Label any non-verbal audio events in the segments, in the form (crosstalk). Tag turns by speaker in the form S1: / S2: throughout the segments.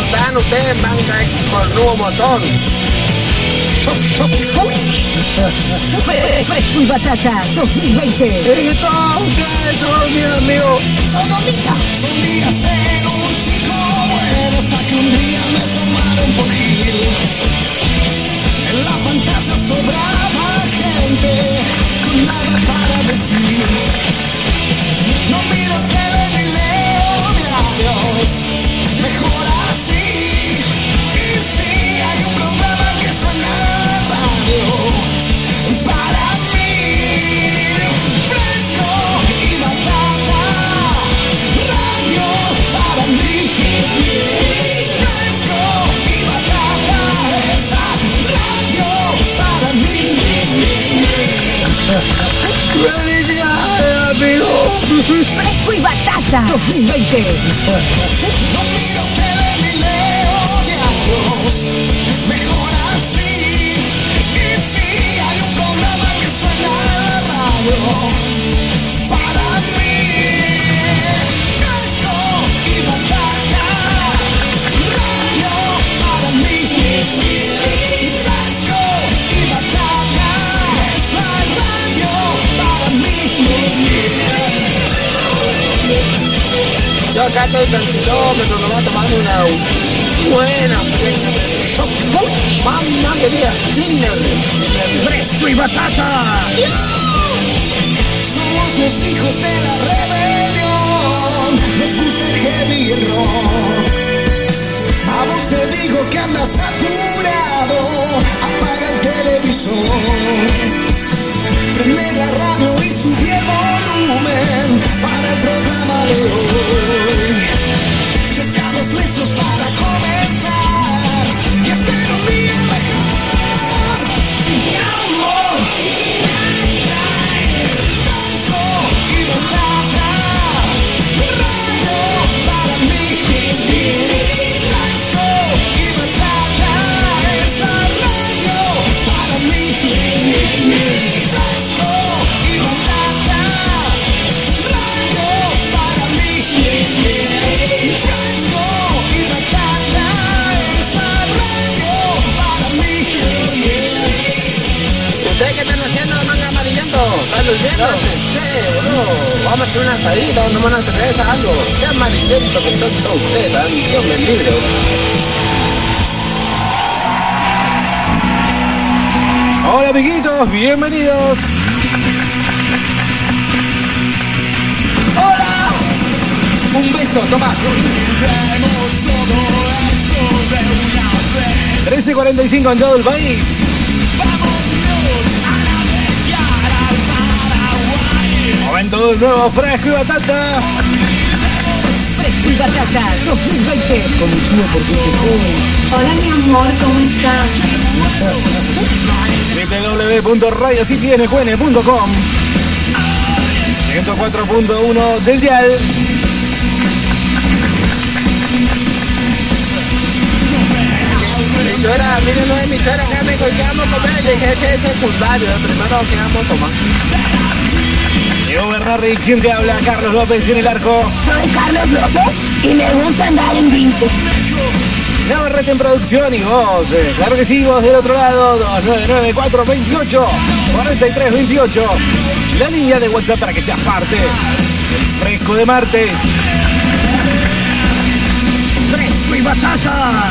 S1: están ustedes, manga X con nuevo motor?
S2: Fresco y Batata 2020.
S1: Y todos ustedes son mis amigos.
S3: Sodomita. Solía ser un chico bueno hasta que un día me tomaron por gil. En la fantasía sobraba gente con nada para decir. No miro tele ni leo diarios. Mejor así. Y si hay un programa que suena en la radio. Para mí, fresco y batata, radio para mí. Fresco y batata, esa radio para mí.
S1: ¡Felicidades, amigos!
S2: Fresco y Batata 2020.
S3: No miro tele ni leo diarios, mejor así. Y si hay un programa que suena en la radio, para mí, fresco y batata, radio para mí. Fresco y batata, es la radio para mí.
S1: Yo acá estoy del kilómetro, nomás tomando una buena flecha. Mamma que mía, Cinder.
S4: Fresco y batata.
S3: Somos los hijos de la rebelión. Nos gusta el heavy y el rock. A vos te digo que andas saturado. Apaga el televisor. Prende la radio y sube el volumen para el programa de hoy. Ya estamos listos para comenzar y hacer un día mejor. Mi amor, nuestra Fresco y batata, radio para mí. Fresco y batata, es la radio para mí. Fresco y batata, radio para mí. Fresco y batata, es la radio para mí.
S1: ¿Ustedes qué están haciendo, manga amarillento? ¿Están luciendo? Sí, boludo. Vamos a hacer una asadita, una buena cerveza, algo. Qué amarillento que son todos ustedes, la Dios me libre, boludo.
S5: Hola amiguitos, bienvenidos.
S1: ¡Hola! Un beso, toma.
S5: 13.45 en todo el país. Momento de un nuevo fresco y batata.
S2: Fresco y Batata 2020.
S6: Hola mi amor, ¿cómo estás?
S5: www.radiocitynqn.com 104.1 del dial.
S1: Emisora, miren los emisoras acá me quedamos a comer. Le dije, ese es secundario, el primero que vamos a tomar.
S5: Diego Bernardi, ¿quién te habla? Carlos López en el arco.
S6: Soy Carlos López y me gusta andar en bici.
S5: Navarrete en producción y vos, eh, claro que sí, vos del otro lado, 299428 4328. La línea de WhatsApp para que seas parte del fresco de martes.
S4: Fresco y batata.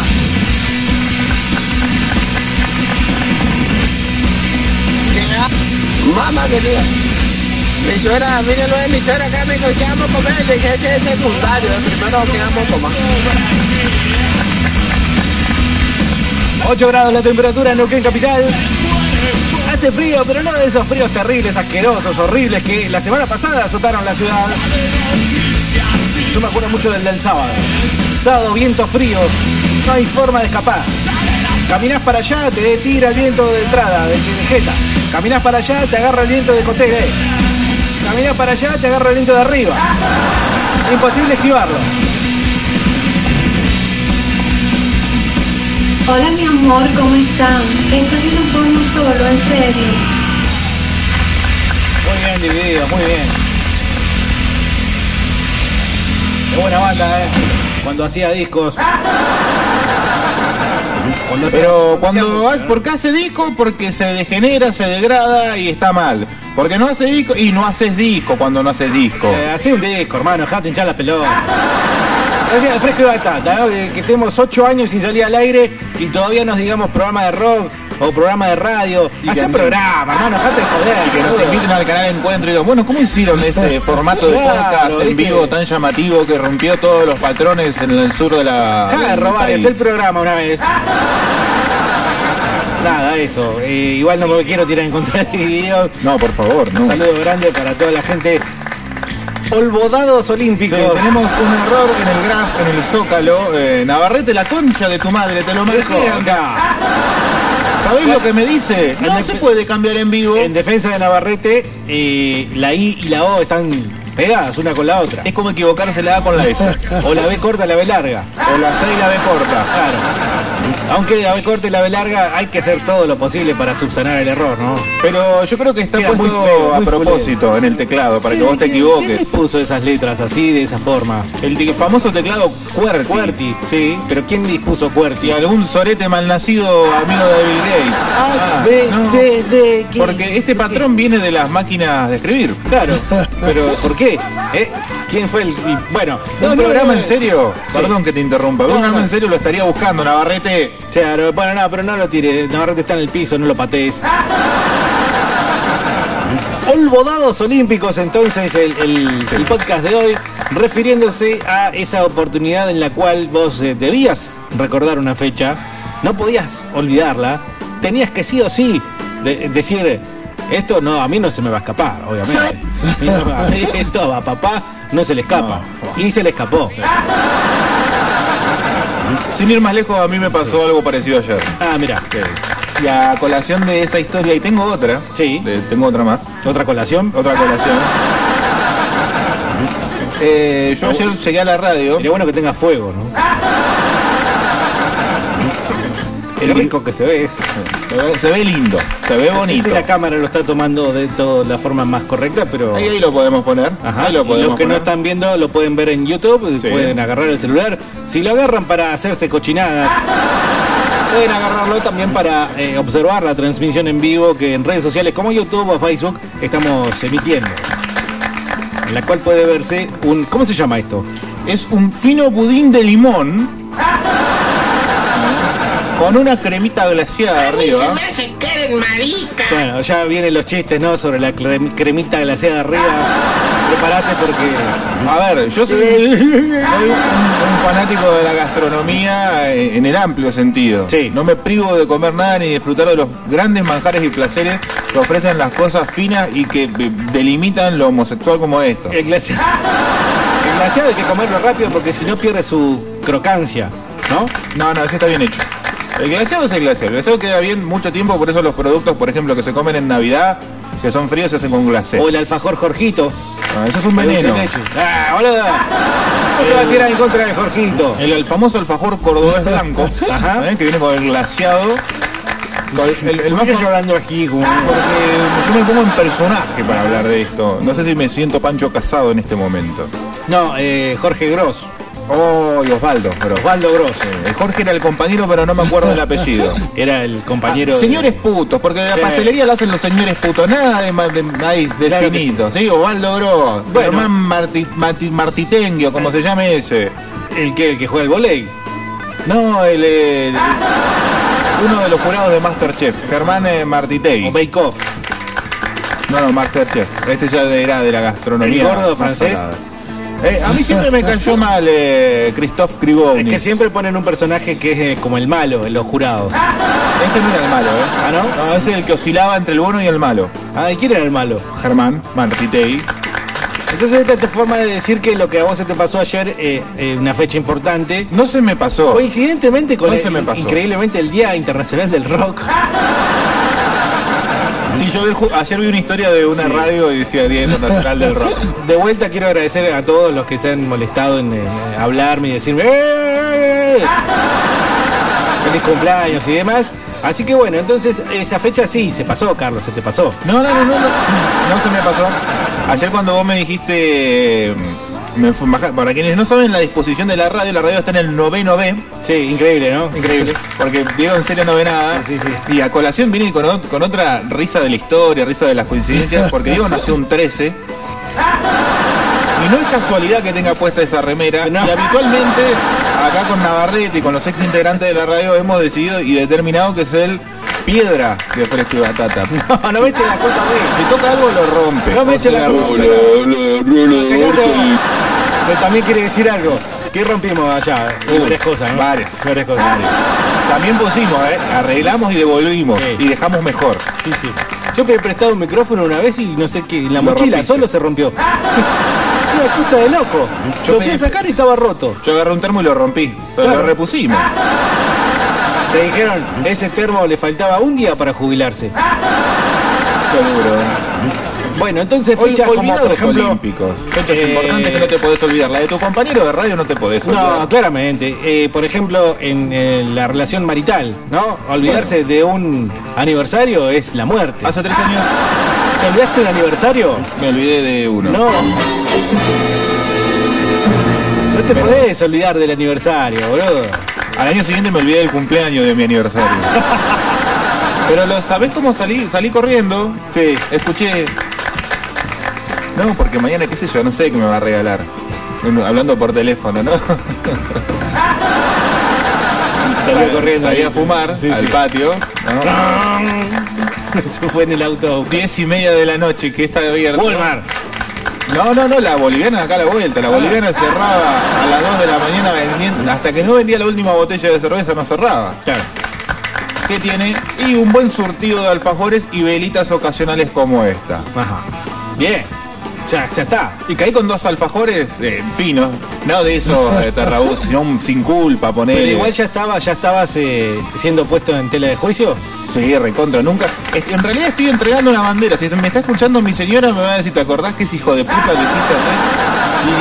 S1: Mamá querida. Mi suegra, miren los emisores acá me dijo, ¿qué vamos a comer? Le dije, ese es secundario, el primero que vamos a tomar.
S5: 8 grados la temperatura en Neuquén Capital. Hace frío, pero no de esos fríos terribles, asquerosos, horribles que la semana pasada azotaron la ciudad. Yo me acuerdo mucho del del sábado. Sábado, viento frío, no hay forma de escapar. Caminás para allá, te tira el viento de entrada, de de jeta. Caminás para allá, te agarra el viento de costera. eh. Caminás para allá, te agarra el viento de arriba. Imposible esquivarlo.
S6: Hola mi amor, ¿cómo están? Esto sí lo pongo solo, en serio.
S5: Muy bien dividido, muy bien. Qué buena banda, ¿eh? Cuando hacía discos. Cuando sea-
S7: Pero
S5: sea-
S7: cuando hace, ¿por qué hace disco? Porque se degenera, se degrada y está mal. Porque no hace disco y no haces disco cuando no haces disco.
S5: Eh, hacé un disco, hermano, dejate hinchar las pelotas. Gracias a Fresco y Batata, ¿no? que, que tenemos ocho años sin salir al aire y todavía nos digamos programa de rock o programa de radio.
S7: Y
S5: Hacé
S7: que-
S5: un programa, hermano, dejate de joder.
S7: Que nos
S5: boludo.
S7: inviten al canal Encuentro y digan, bueno, ¿cómo
S5: (laughs)
S7: hicieron ese formato de
S5: Claro,
S7: podcast en
S5: ¿viste?
S7: vivo tan llamativo que rompió todos los patrones en el sur de la.
S5: Dejá de
S7: del
S5: robar,
S7: país?"
S5: es el programa una vez. Nada, eso. Eh, igual no me quiero tirar en contra de Dios.
S7: No, por favor, no.
S5: Un saludo grande para toda la gente. Olbodados
S7: Sí,
S5: Olímpicos.
S7: tenemos un error en el graf, en el zócalo. Eh, Navarrete, la concha de tu madre, te lo marco.
S5: Acá,
S7: ¿Sabés lo que me dice? No se puede cambiar en vivo.
S5: En defensa de Navarrete, eh, la I y la O están pegadas una con la otra.
S7: Es como equivocarse la A con la S.
S5: O la B corta, la B larga.
S7: O la C y la B corta.
S5: Claro. Aunque la B corta y la B larga, hay que hacer todo lo posible para subsanar el error, ¿no?
S7: Pero yo creo que está
S5: Queda muy
S7: puesto
S5: feo,
S7: a
S5: muy
S7: propósito en el teclado, para que vos te
S5: ¿Quién les
S7: equivoques.
S5: puso esas letras así, de esa forma?
S7: El te- famoso teclado QWERTY.
S5: Cuerti, sí. Pero ¿quién dispuso
S7: Y
S5: Cuerti?
S7: algún sorete malnacido amigo de Bill Gates. Ah, no.
S5: D, G.
S7: Porque este patrón viene de las máquinas de escribir. (laughs)
S5: Claro, pero ¿por qué? ¿Eh? ¿Quién fue el...? y- Bueno, (laughs) no,
S7: un
S5: no,
S7: programa
S5: no,
S7: en serio,
S5: Sí.
S7: perdón que te interrumpa,
S5: No,
S7: un programa
S5: no.
S7: en serio lo estaría buscando, Navarrete.
S5: Claro, bueno, no, pero no lo tires. Navarrete está en el piso, no lo patees. Olbodados Olímpicos, entonces, el, el- el podcast de hoy, refiriéndose a esa oportunidad en la cual vos eh, debías recordar una fecha, no podías olvidarla, tenías que sí o sí de- decir, esto no, a mí no se me va a escapar, obviamente. Y no, a mí (laughs) Esto a papá no se le escapa. Y se le escapó.
S7: Sin ir más lejos, a mí me pasó algo parecido ayer.
S5: Ah, mira,
S7: Y a colación de esa historia, y tengo otra,
S5: Sí.
S7: de- tengo otra más,
S5: otra colación.
S7: otra colación. Eh, yo ayer llegué a la radio,
S5: Sería bueno que tenga
S7: (laughs)
S5: fuego, ¿no? Qué
S7: El-
S5: rico que se ve eso.
S7: se ve- se ve lindo, se ve
S5: No sé
S7: bonito.
S5: si la cámara lo está tomando de toda la forma más correcta, pero.
S7: Ahí, ahí lo podemos poner,
S5: Ajá,
S7: ahí lo
S5: y
S7: podemos
S5: los que no
S7: poner.
S5: están viendo lo pueden ver en YouTube,
S7: Sí.
S5: pueden agarrar el celular. Si lo agarran para hacerse cochinadas, pueden agarrarlo también para eh, observar la transmisión en vivo que en redes sociales como YouTube o Facebook estamos emitiendo. En la cual puede verse un. ¿Cómo se llama esto?
S7: Es un fino pudín de limón con una cremita glaciada arriba.
S1: hace que eres marica.
S5: Bueno, ya vienen los chistes, ¿no? Sobre la crem- cremita glaseada arriba. Preparate porque.
S7: A ver, yo soy, soy un, un fanático de la gastronomía eh, en el amplio sentido.
S5: Sí.
S7: No me privo de comer nada ni disfrutar de los grandes manjares y placeres que ofrecen las cosas finas y que eh, delimitan lo homosexual como esto.
S5: El glaseado. El glaseado hay que comerlo rápido porque si no pierde su crocancia, ¿no?
S7: No, no, ese está bien hecho. El glaseado es el glaseado. El glaseado queda bien mucho tiempo, por eso los productos, por ejemplo, que se comen en Navidad, que son fríos, se hacen con
S5: O
S7: glaceo.
S5: el alfajor Jorgito.
S7: No, eso es un
S5: de dulce
S7: veneno.
S5: de leche. ¡Ah, boludo! ¿Cómo te va a tirar en contra de Jorgito?
S7: El, el famoso alfajor cordobés blanco,
S5: Ajá.
S7: ¿eh? que viene con el glaseado. Con el- el- el más
S5: ¿Por qué
S7: fam-
S5: llorando aquí, como-
S7: Porque yo me pongo en personaje para hablar de esto. No sé si me siento Pancho Casado en este momento.
S5: No, eh, Jorge Gross.
S7: Oh, y Osvaldo, pero...
S5: Osvaldo Gross.
S7: Eh, Jorge era el compañero, pero no me acuerdo el (laughs) apellido.
S5: Era el compañero.
S7: Ah,
S5: de-
S7: señores putos, porque la
S5: Sí.
S7: pastelería la hacen los señores putos, nada de, ma- de- ahí
S5: Claro que
S7: definido, ¿sí? Osvaldo Gross,
S5: Bueno.
S7: Germán Marti- Marti- Martitenguio, como se llame ese.
S5: El que, el que juega el volei.
S7: No, el, el- uno de los jurados de Masterchef, Germán eh,
S5: O
S7: Martitegui.
S5: Bake Off.
S7: No, no, Masterchef. Este ya era de la gastronomía.
S5: El gordo
S7: más
S5: francés.
S7: salada. Eh, a mí siempre me cayó mal eh, Christophe Krigoni.
S5: Es que siempre ponen un personaje que es eh, como el malo en los jurados.
S7: Ese no era el malo, ¿eh?
S5: ¿Ah, no?
S7: ese es el que oscilaba entre el bueno y el malo.
S5: Ay, ¿quién era el malo?
S7: Germán Martitei.
S5: Entonces esta es tu forma de decir que lo que a vos se te pasó ayer, eh, eh, una fecha importante,
S7: No se me pasó.
S5: coincidentemente con
S7: Oh. No
S5: el-
S7: se me pasó.
S5: increíblemente el Día Internacional del Rock.
S7: Sí, yo vi- ayer vi una historia de una radio y decía Día Internacional del Rock.
S5: De vuelta quiero agradecer a todos los que se han molestado en, eh, hablarme y decirme "Eh". feliz cumpleaños y demás. Así que bueno, entonces esa fecha sí, se pasó, Carlos, se te pasó.
S7: No, no, no, no, no. No se me pasó. Ayer cuando vos me dijiste eh, Me fue- baja- Para quienes no saben la disposición de la radio, la radio está en el noveno B,
S5: Sí, increíble, ¿no?
S7: increíble, porque Diego en serio no ve nada.
S5: Sí, sí,
S7: Y a colación viene con, ot- con otra risa de la historia, risa de las coincidencias, porque Diego nació un 13. Y no es casualidad que tenga puesta esa remera.
S5: No.
S7: Y habitualmente, acá con Navarrete y con los ex integrantes de la radio, hemos decidido y determinado que es el piedra de Fresco y Batata.
S5: Ah, No, no me echen la culpa a mí.
S7: Si toca algo, lo rompe.
S5: No me
S7: O
S5: eche
S7: se
S5: la culpa.
S7: rompe.
S5: Cállate. Pero también quiere decir algo. ¿Qué rompimos allá?
S7: Uh,
S5: varias cosas, ¿no?
S7: varias.
S5: Varias cosas.
S7: También pusimos, ¿eh? arreglamos y devolvimos
S5: Sí.
S7: y dejamos mejor.
S5: Sí, sí. Yo me he prestado un micrófono una vez y no sé qué, la
S7: Lo
S5: mochila
S7: rompiste.
S5: solo se rompió. (laughs) Una cosa de loco.
S7: Yo
S5: Lo fui
S7: pedí-
S5: a sacar y estaba roto.
S7: Yo agarré un termo y lo rompí, pero
S5: Claro.
S7: lo repusimos.
S5: Te dijeron, ese termo le faltaba un día para jubilarse.
S7: Qué duro. ¿eh?
S5: Bueno, entonces
S7: Hoy,
S5: fechas
S7: hoy
S5: como
S7: vino
S5: por
S7: los
S5: ejemplo.
S7: olímpicos. Fechas
S5: Eh,
S7: importantes que no te podés olvidar. La de tu compañero de radio no te podés olvidar.
S5: No, claramente. Eh, por ejemplo, en eh, la relación marital, ¿no? Olvidarse de un aniversario es la muerte.
S7: Hace tres años
S5: ¿Te olvidaste un aniversario?
S7: me olvidé de uno.
S5: No. No te podés olvidar del aniversario, boludo.
S7: Al año siguiente me olvidé del cumpleaños de mi
S5: (laughs)
S7: aniversario. pero lo, ¿sabés cómo salí? Salí corriendo.
S5: Sí. (laughs)
S7: Escuché. No, porque mañana, qué sé yo, no sé qué me va a regalar. Bueno, Hablando por
S5: (laughs)
S7: teléfono, ¿no?
S5: Salí corriendo.
S7: Salí a
S5: ahí.
S7: fumar
S5: Sí,
S7: al
S5: sí.
S7: patio.
S5: (laughs)
S7: ¿no?
S5: Se fue en el auto.
S7: Diez y media de la noche, que está abierto.
S5: Walmart.
S7: No, no, no, la boliviana acá a la vuelta. La boliviana cerraba a las 2 de la mañana vendiendo. Hasta que no vendía la última botella de cerveza no cerraba.
S5: Claro.
S7: ¿Qué tiene? Y un buen surtido de alfajores y velitas ocasionales como esta.
S5: Ajá. Bien. Ya, ya está.
S7: Y caí con dos alfajores eh, finos. No de esos de Tarrabú, sino un sin culpa, poner.
S5: Pero igual ya estaba, ya estabas eh, siendo puesto en tela de juicio.
S7: Sí, recontra, nunca. Es- En realidad estoy entregando una bandera. Si me está escuchando mi señora, me va a decir, ¿te acordás que ese hijo de puta lo hiciste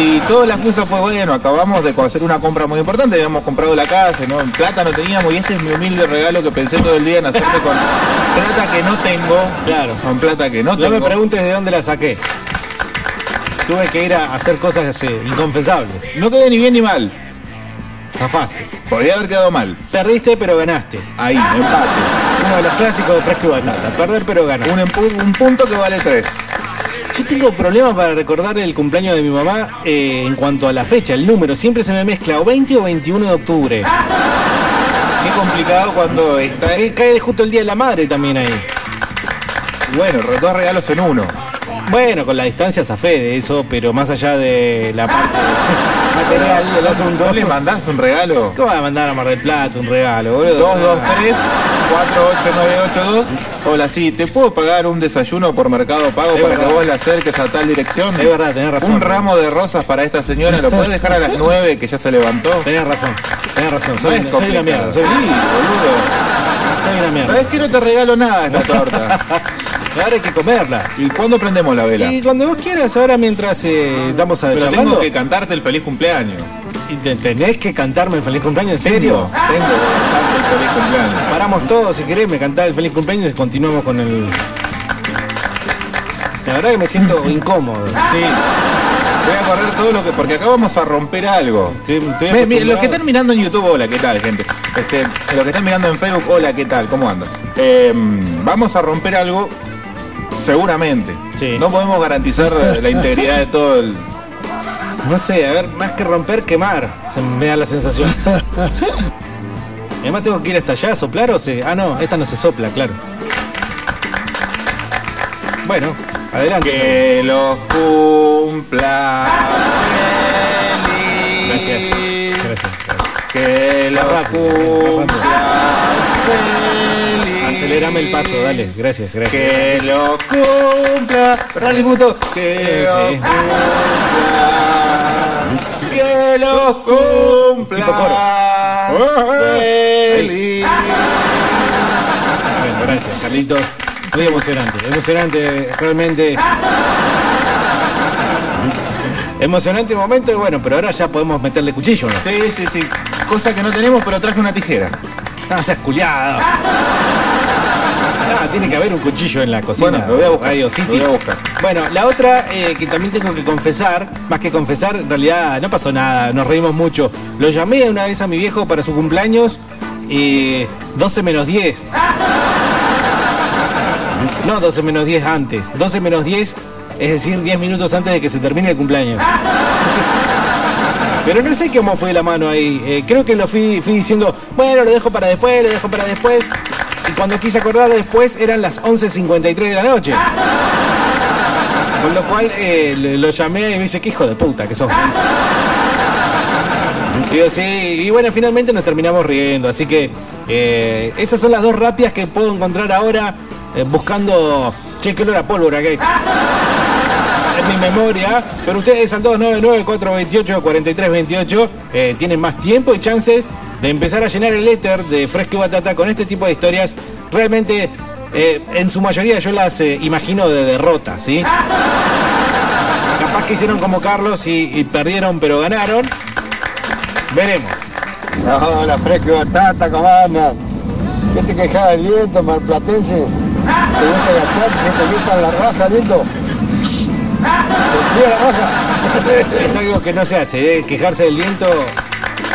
S7: ayer? Y, toda la excusa fue, bueno, acabamos de hacer una compra muy importante, habíamos comprado la casa, ¿no? plata no teníamos y este es mi humilde regalo que pensé todo el día en hacerme con plata que no tengo.
S5: Claro.
S7: Con plata que no
S5: No me
S7: tengo.
S5: preguntes de dónde la saqué. Tuve que ir a hacer cosas eh, inconfesables.
S7: No quedé ni bien ni mal.
S5: Zafaste.
S7: Podría haber quedado mal.
S5: Perdiste pero ganaste.
S7: Ahí, empate.
S5: Uno de los clásicos de fresco y batata. Perder pero ganar.
S7: Un, empu- un punto que vale tres.
S5: Yo tengo problemas para recordar el cumpleaños de mi mamá eh, en cuanto a la fecha, el número. Siempre se me mezcla o 20 o 21 de octubre.
S7: Qué complicado cuando está. eh,
S5: Cae- Eh, Cae justo el día de la madre también ahí.
S7: Bueno, dos regalos en uno.
S5: Bueno, con la distancia zafé de eso, pero más allá de la parte (laughs) material del asunto.
S7: ¿No le mandás un regalo?
S5: ¿Cómo va a mandar a Mar del Plata un regalo, boludo?
S7: 223 48982 Hola, sí, ¿te puedo pagar un desayuno por Mercado Pago
S5: Es
S7: para
S5: verdad.
S7: que vos le acerques a tal dirección?
S5: Es verdad, tenés razón.
S7: Un ramo de rosas para esta señora, ¿lo podés dejar a las 9 que ya se levantó?
S5: Tenés razón, tenés razón.
S7: No
S5: Soy,
S7: es
S5: soy una mierda,
S7: complicado. Sí,
S5: soy,
S7: boludo.
S5: soy una mierda.
S7: ¿Sabés que no te regalo nada esta torta?
S5: Ahora hay que comerla.
S7: ¿Y cuándo prendemos la vela?
S5: Y cuando vos quieras, ahora mientras eh, estamos a
S7: Pero tengo
S5: charlando,
S7: que cantarte el feliz cumpleaños.
S5: y te- tenés que cantarme el feliz cumpleaños, ¿en serio?
S7: Tengo, tengo que cantarte el feliz cumpleaños.
S5: Paramos todos, si querés, me cantás el feliz cumpleaños y continuamos con el... La verdad que me siento incómodo.
S7: Sí. Voy a correr todo lo que. Porque acá vamos a romper algo.
S5: Sí, estoy
S7: Me- me- los
S5: acostumbrado.
S7: que están mirando en YouTube, hola, ¿qué tal, gente? Este, los que están mirando en Facebook, hola, ¿qué tal? ¿Cómo andan? Eh, vamos a romper algo, seguramente.
S5: Sí.
S7: No podemos garantizar la integridad de todo el.
S5: No sé, a ver, más que romper, quemar, se me da la sensación. Y Además tengo que ir hasta allá, soplar o se... Ah, no, esta no se sopla, claro. Bueno, adelante.
S7: Que los cumpla. feliz.
S5: Gracias. Gracias.
S7: Que los
S5: rápido, más rápido.
S7: cumpla. feliz.
S5: Acelerame el paso, dale. Gracias, gracias.
S7: Que lo cumpla, Rally Puto. Que lo
S5: Sí.
S7: cumpla. Que lo cumpla.
S5: Tipo coro.
S7: Feliz.
S5: Bueno, gracias, Carlitos. Muy emocionante, emocionante, realmente. Emocionante momento y bueno, pero ahora ya podemos meterle cuchillo, ¿no?
S7: Sí, sí, sí. Cosa que no tenemos, pero traje una tijera.
S5: Ah, seas culiado. Ah, tiene que haber un cuchillo en la cocina.
S7: Bueno, lo voy a buscar,
S5: Radio City.
S7: lo voy a buscar.
S5: Bueno, la otra eh, que también tengo que confesar, más que confesar, en realidad no pasó nada, nos reímos mucho. Lo llamé una vez a mi viejo para su cumpleaños, eh, 12 menos 10. No, 12 menos 10 antes, 12 menos 10, es decir, 10 minutos antes de que se termine el cumpleaños. Pero no sé cómo fue la mano ahí. Eh, creo que lo fui, fui diciendo, bueno, lo dejo para después, lo dejo para después. Y cuando quise acordar después eran las 11.53 de la noche. Con lo cual eh, le- lo llamé y me dice, qué hijo de puta que sos. me dice. Digo, sí, y bueno, finalmente nos terminamos riendo, así que eh, esas son las dos rápidas que puedo encontrar ahora eh, buscando, che, qué olor a pólvora que hay en mi memoria, pero ustedes al 299-428-4328 eh, tienen más tiempo y chances de empezar a llenar el éter de Fresco y Batata con este tipo de historias. Realmente, eh, en su mayoría yo las eh, imagino de derrota, ¿sí? Capaz que hicieron como Carlos y, y perdieron, pero ganaron. Veremos.
S8: Hola, fresco y batata, ¿cómo andan? ¿Qué te quejaba del viento, marplatense? ¿Te gusta agacharse? ¿Te gusta la raja, viento? ¿Te fría la raja?
S5: Es algo que no se hace, ¿eh? quejarse del viento.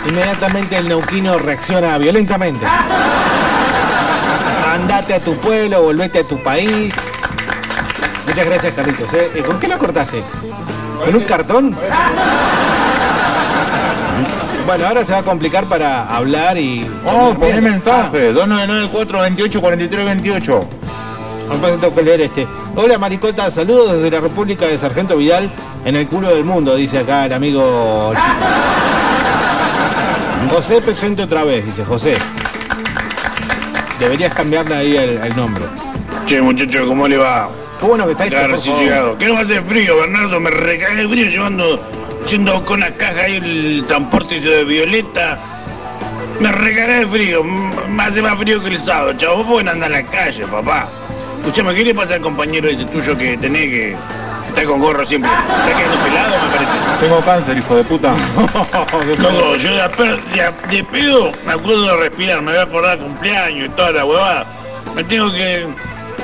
S5: Inmediatamente el neuquino reacciona violentamente. Andate a tu pueblo, volvete a tu país. Muchas gracias, Carlitos. ¿eh? Eh, ¿Con qué lo cortaste? ¿Con un cartón? Bueno, ahora se va a complicar para hablar y.
S7: Oh, poné mensaje. 299-428-4328.
S5: Ah, me parece que tengo que leer este. Hola Maricota, saludos desde la República de Sargento Vidal en el culo del mundo, dice acá el amigo Chico. José presente otra vez, dice José. Deberías cambiarle ahí el, el nombre.
S9: Che, muchachos, ¿cómo le va?
S5: Qué bueno que está este,
S9: Ya
S5: por
S9: recién
S5: favor.
S9: llegado. ¿Qué no hace frío, Bernardo? Me recagué de frío llevando, yendo con una caja ahí el transporte hizo de Violeta. Me recagué de frío. M- Me hace más frío que el sábado, chavo. Vos pueden andar en la calle, papá. Escuchame, ¿qué le pasa al compañero ese tuyo que tenés que está con gorro siempre? ¿Está quedando pelado, me parece?
S7: Tengo cáncer, hijo de (laughs) puta.
S9: Loco, yo de, aper- de a- de pedo me acuerdo de respirar, me voy a acordar de cumpleaños y toda la huevada. Me tengo que.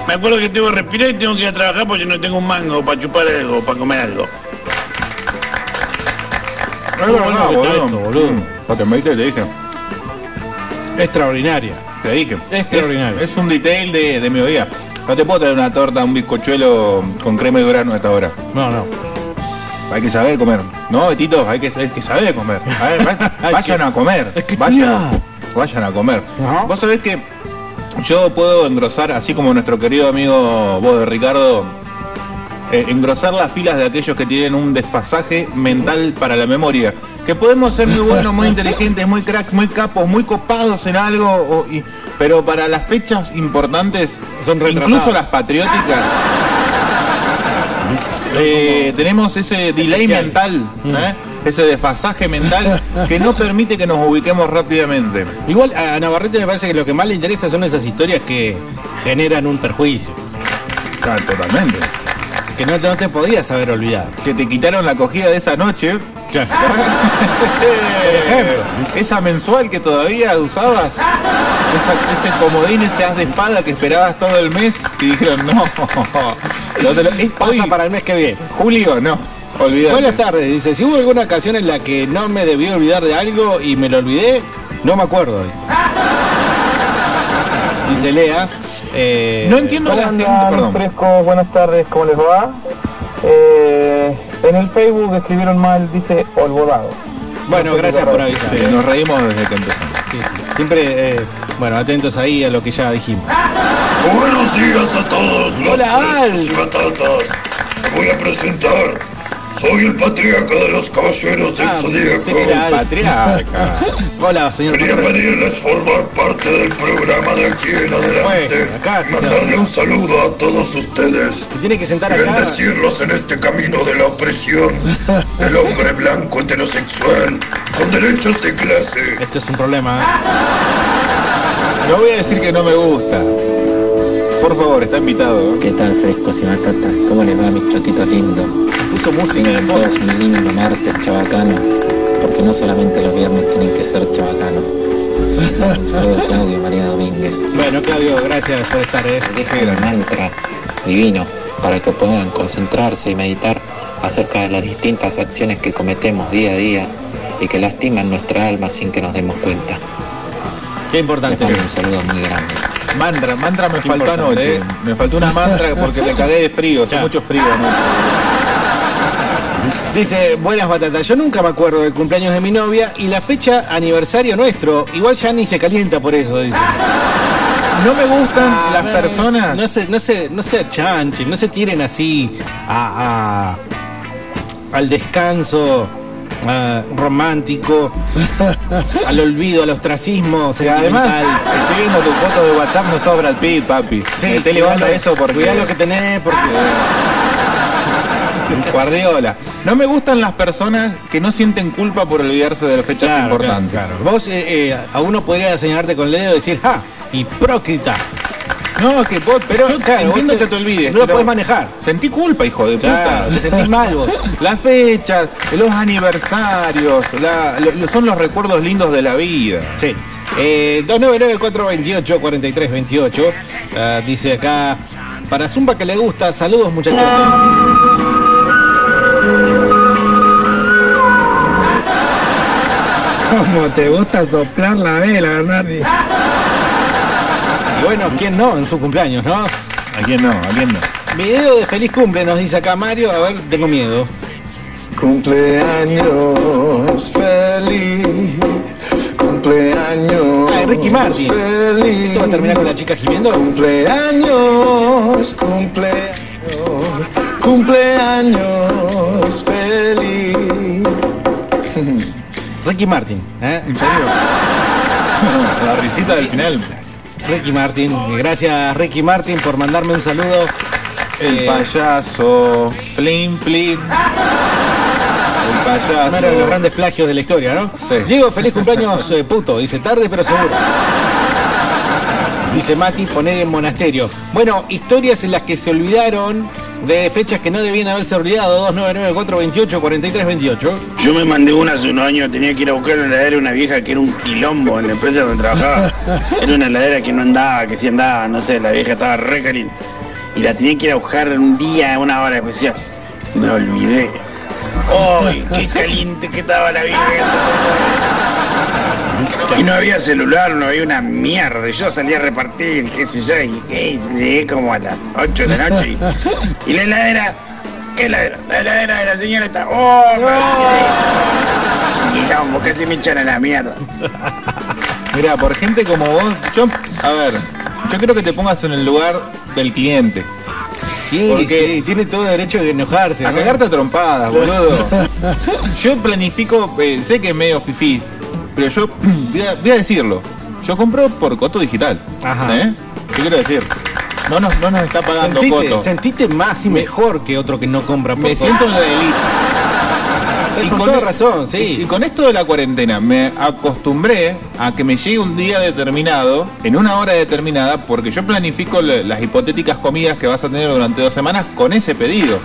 S9: Me acuerdo que tengo que respirar y tengo que ir a trabajar porque no tengo un mango para chupar algo, para comer algo.
S7: No es verdad,
S5: que está
S7: boludo.
S5: esto, boludo.
S7: Mm, Porque me viste, te dije.
S5: Extraordinaria.
S7: Te dije.
S5: Extraordinario.
S7: Es, es un detail de, de mi vida. No te puedo traer una torta, un bizcochuelo con crema y grano a esta hora.
S5: No, no.
S7: Hay que saber comer. No, Tito, hay que, hay que saber comer. A ver, va-
S5: (laughs) Hay
S7: vayan
S5: que-
S7: a comer.
S5: es que
S7: vayan,
S5: tía.
S7: vayan a comer.
S5: Ajá.
S7: Vos sabés que yo puedo engrosar, así como nuestro querido amigo vos de Ricardo, eh, engrosar las filas de aquellos que tienen un desfasaje mental para la memoria. Que podemos ser muy buenos, muy inteligentes, muy cracks, muy capos, muy copados en algo, o- y- pero para las fechas importantes,
S5: Son retrasados.
S7: incluso las patrióticas, eh, tenemos ese delay
S5: Especial. Mm.
S7: mental, ¿eh? ese desfasaje mental que no permite que nos ubiquemos rápidamente.
S5: Igual a Navarrete me parece que lo que más le interesa son esas historias que generan un perjuicio.
S7: Ah, totalmente.
S5: Que no, no te podías haber olvidado.
S7: Que te quitaron la cogida de esa noche. (laughs)
S5: ejemplo.
S7: Esa mensual que todavía usabas. Esa- ese comodín, ese haz de espada que esperabas todo el mes. Y dijeron, no. no te lo- es
S5: Pasa
S7: hoy,
S5: para el mes que viene.
S7: Julio, no. Olvídate.
S5: Buenas tardes, dice, si hubo alguna ocasión en la que no me debí olvidar de algo y me lo olvidé, no me acuerdo. (laughs) Dice, Dice Lea. eh,
S7: No entiendo a la gente, perdón.
S10: frescos, buenas tardes, ¿cómo les va? Eh, en el Facebook escribieron mal, dice Olvodado.
S5: Bueno, gracias por avisar. ¿eh?
S7: Sí, nos reímos desde que empezamos.
S5: Sí, sí. Siempre, eh, bueno, atentos ahí a lo que ya dijimos.
S9: Buenos días a todos los
S5: Hola, Al.
S9: frescos y batatas. Me voy a presentar. Soy el patriarca de los caballeros del
S5: Ah,
S9: Zodíaco.
S5: pensé que era Al.
S7: Patriarca.
S5: Hola, señor.
S9: Quería pedirles formar parte del programa de aquí en adelante.
S5: Bueno, acá sí se
S9: Mandarle un saludo a todos ustedes.
S5: Se tiene que sentar acá.
S9: Bendecirlos en este camino de la opresión del hombre blanco heterosexual con derechos de clase.
S5: Esto es un problema. ¿eh?
S7: No voy a decir que no me gusta. Por favor, está invitado.
S11: ¿Qué tal frescos y batatas? ¿Cómo les va mis chotitos lindos?
S5: Puso música de
S11: Tengan
S5: fondo.
S11: todos un lindo martes chabacano, porque no solamente los viernes tienen que ser chabacanos, Un saludo a Claudio y María Domínguez.
S5: Bueno, Claudio, gracias por estar, ¿eh?
S11: Deja un mantra divino para que puedan concentrarse y meditar acerca de las distintas acciones que cometemos día a día y que lastiman nuestra alma sin que nos demos cuenta.
S5: Qué
S11: Les
S5: importante.
S11: mando un saludo muy grande.
S7: Mantra, mantra me
S11: Qué
S7: faltó
S11: importante,
S7: anoche.
S11: eh.
S7: Me faltó una mantra porque me cagué de frío, hace mucho frío anoche.
S5: Dice, buenas batatas, yo nunca me acuerdo del cumpleaños de mi novia y la fecha aniversario nuestro. Igual ya ni se calienta por eso, dice.
S7: Ah,
S5: Ah,
S7: No me gustan Ah, las personas.
S5: No se, no se, no se achanchen, no se tiren así a, a- al descanso a-
S7: (laughs)
S5: romántico, al olvido, al ostracismo
S7: Y
S5: sentimental.
S7: además, (laughs) estoy viendo tu foto de WhatsApp, no sobra el pit, papi.
S5: Sí,
S7: Sí, te
S5: cuidá
S7: levanta
S5: lo-
S7: eso porque.
S5: cuidá lo que tenés porque.
S7: Guardiola. No me gustan las personas que no sienten culpa por olvidarse de las fechas
S5: Claro,
S7: importantes.
S5: claro, claro. Vos eh, eh, a uno podría señalarte con el dedo y decir, ¡ah! Hipócrita.
S7: No, que vos,
S5: Pero,
S7: yo
S5: claro, vos
S7: entiendo
S5: te-
S7: que te olvides.
S5: no lo
S7: pero
S5: podés manejar.
S7: Sentí culpa, hijo de
S5: Claro,
S7: puta.
S5: te sentís mal vos.
S7: (laughs) Las fechas, los aniversarios, la- lo- lo- son los recuerdos lindos de la vida.
S5: Sí. Eh, 299-428-4328. Ah, dice acá, para Zumba que le gusta, saludos muchachotes.
S4: ¿Cómo te gusta soplar la vela, Bernardi?
S5: Y bueno, ¿quién no en su cumpleaños, no?
S7: ¿A quién no? ¿A quién no?
S5: Video de feliz cumple, nos dice acá Mario. A ver, tengo miedo.
S12: Cumpleaños feliz. Cumpleaños.
S5: Ah, Ricky Martin. ¿Esto va a terminar con la chica gimiendo?
S12: Cumpleaños, cumpleaños, cumpleaños feliz.
S5: Ricky Martin, ¿eh?
S7: ¿En serio? la risita del final.
S5: Ricky Martin, gracias Ricky Martin por mandarme un saludo.
S7: El
S5: Eh,
S7: payaso. Plin, plin. El
S5: Uno de los
S7: payaso.
S5: grandes plagios de la historia, ¿no?
S7: Sí.
S5: Diego, feliz cumpleaños, eh, puto. Dice tarde, pero seguro. Dice Mati, poner en monasterio. Bueno, historias en las que se olvidaron de fechas que no debían haberse olvidado. 299-428-4328.
S9: Yo me mandé una hace unos años, tenía que ir a buscar una heladera de una vieja que era un quilombo en la empresa donde trabajaba. Era una heladera que no andaba, que sí andaba, no sé, la vieja estaba re caliente. Y la tenía que ir a buscar un día, una hora especial. Me olvidé. ¡Ay, qué caliente que estaba la vieja! Y no había celular, no había una mierda. Yo salía a repartir, qué sé yo, y qué, llegué como a las 8 de la noche. y- Y, la heladera, ¿qué heladera? La heladera de la señora está. ¡Oh, madre! Quilombo, casi me echan a la mierda.
S7: Mira, por gente como vos, yo, a ver, yo creo que te pongas en el lugar del cliente.
S5: Y
S7: Porque-
S5: sí, tiene todo derecho de enojarse.
S7: A
S5: ¿no?
S7: cagarte a trompadas,
S5: (laughs)
S7: boludo. Yo planifico, eh, sé que es medio fifí, pero yo (clears throat) voy a, voy a decirlo. Yo compro por Coto Digital.
S5: Ajá.
S7: ¿eh? ¿Qué quiero decir? No nos, no nos está pagando
S5: Sentite,
S7: Coto.
S5: sentite más y mejor que otro que no compra por
S7: Me
S5: poco.
S7: siento en la elite.
S5: Estás con toda razón, sí.
S7: e-, Y, y con esto de la cuarentena me acostumbré a que me llegue un día determinado, en una hora determinada, porque yo planifico le- las hipotéticas comidas que vas a tener durante dos semanas con ese pedido,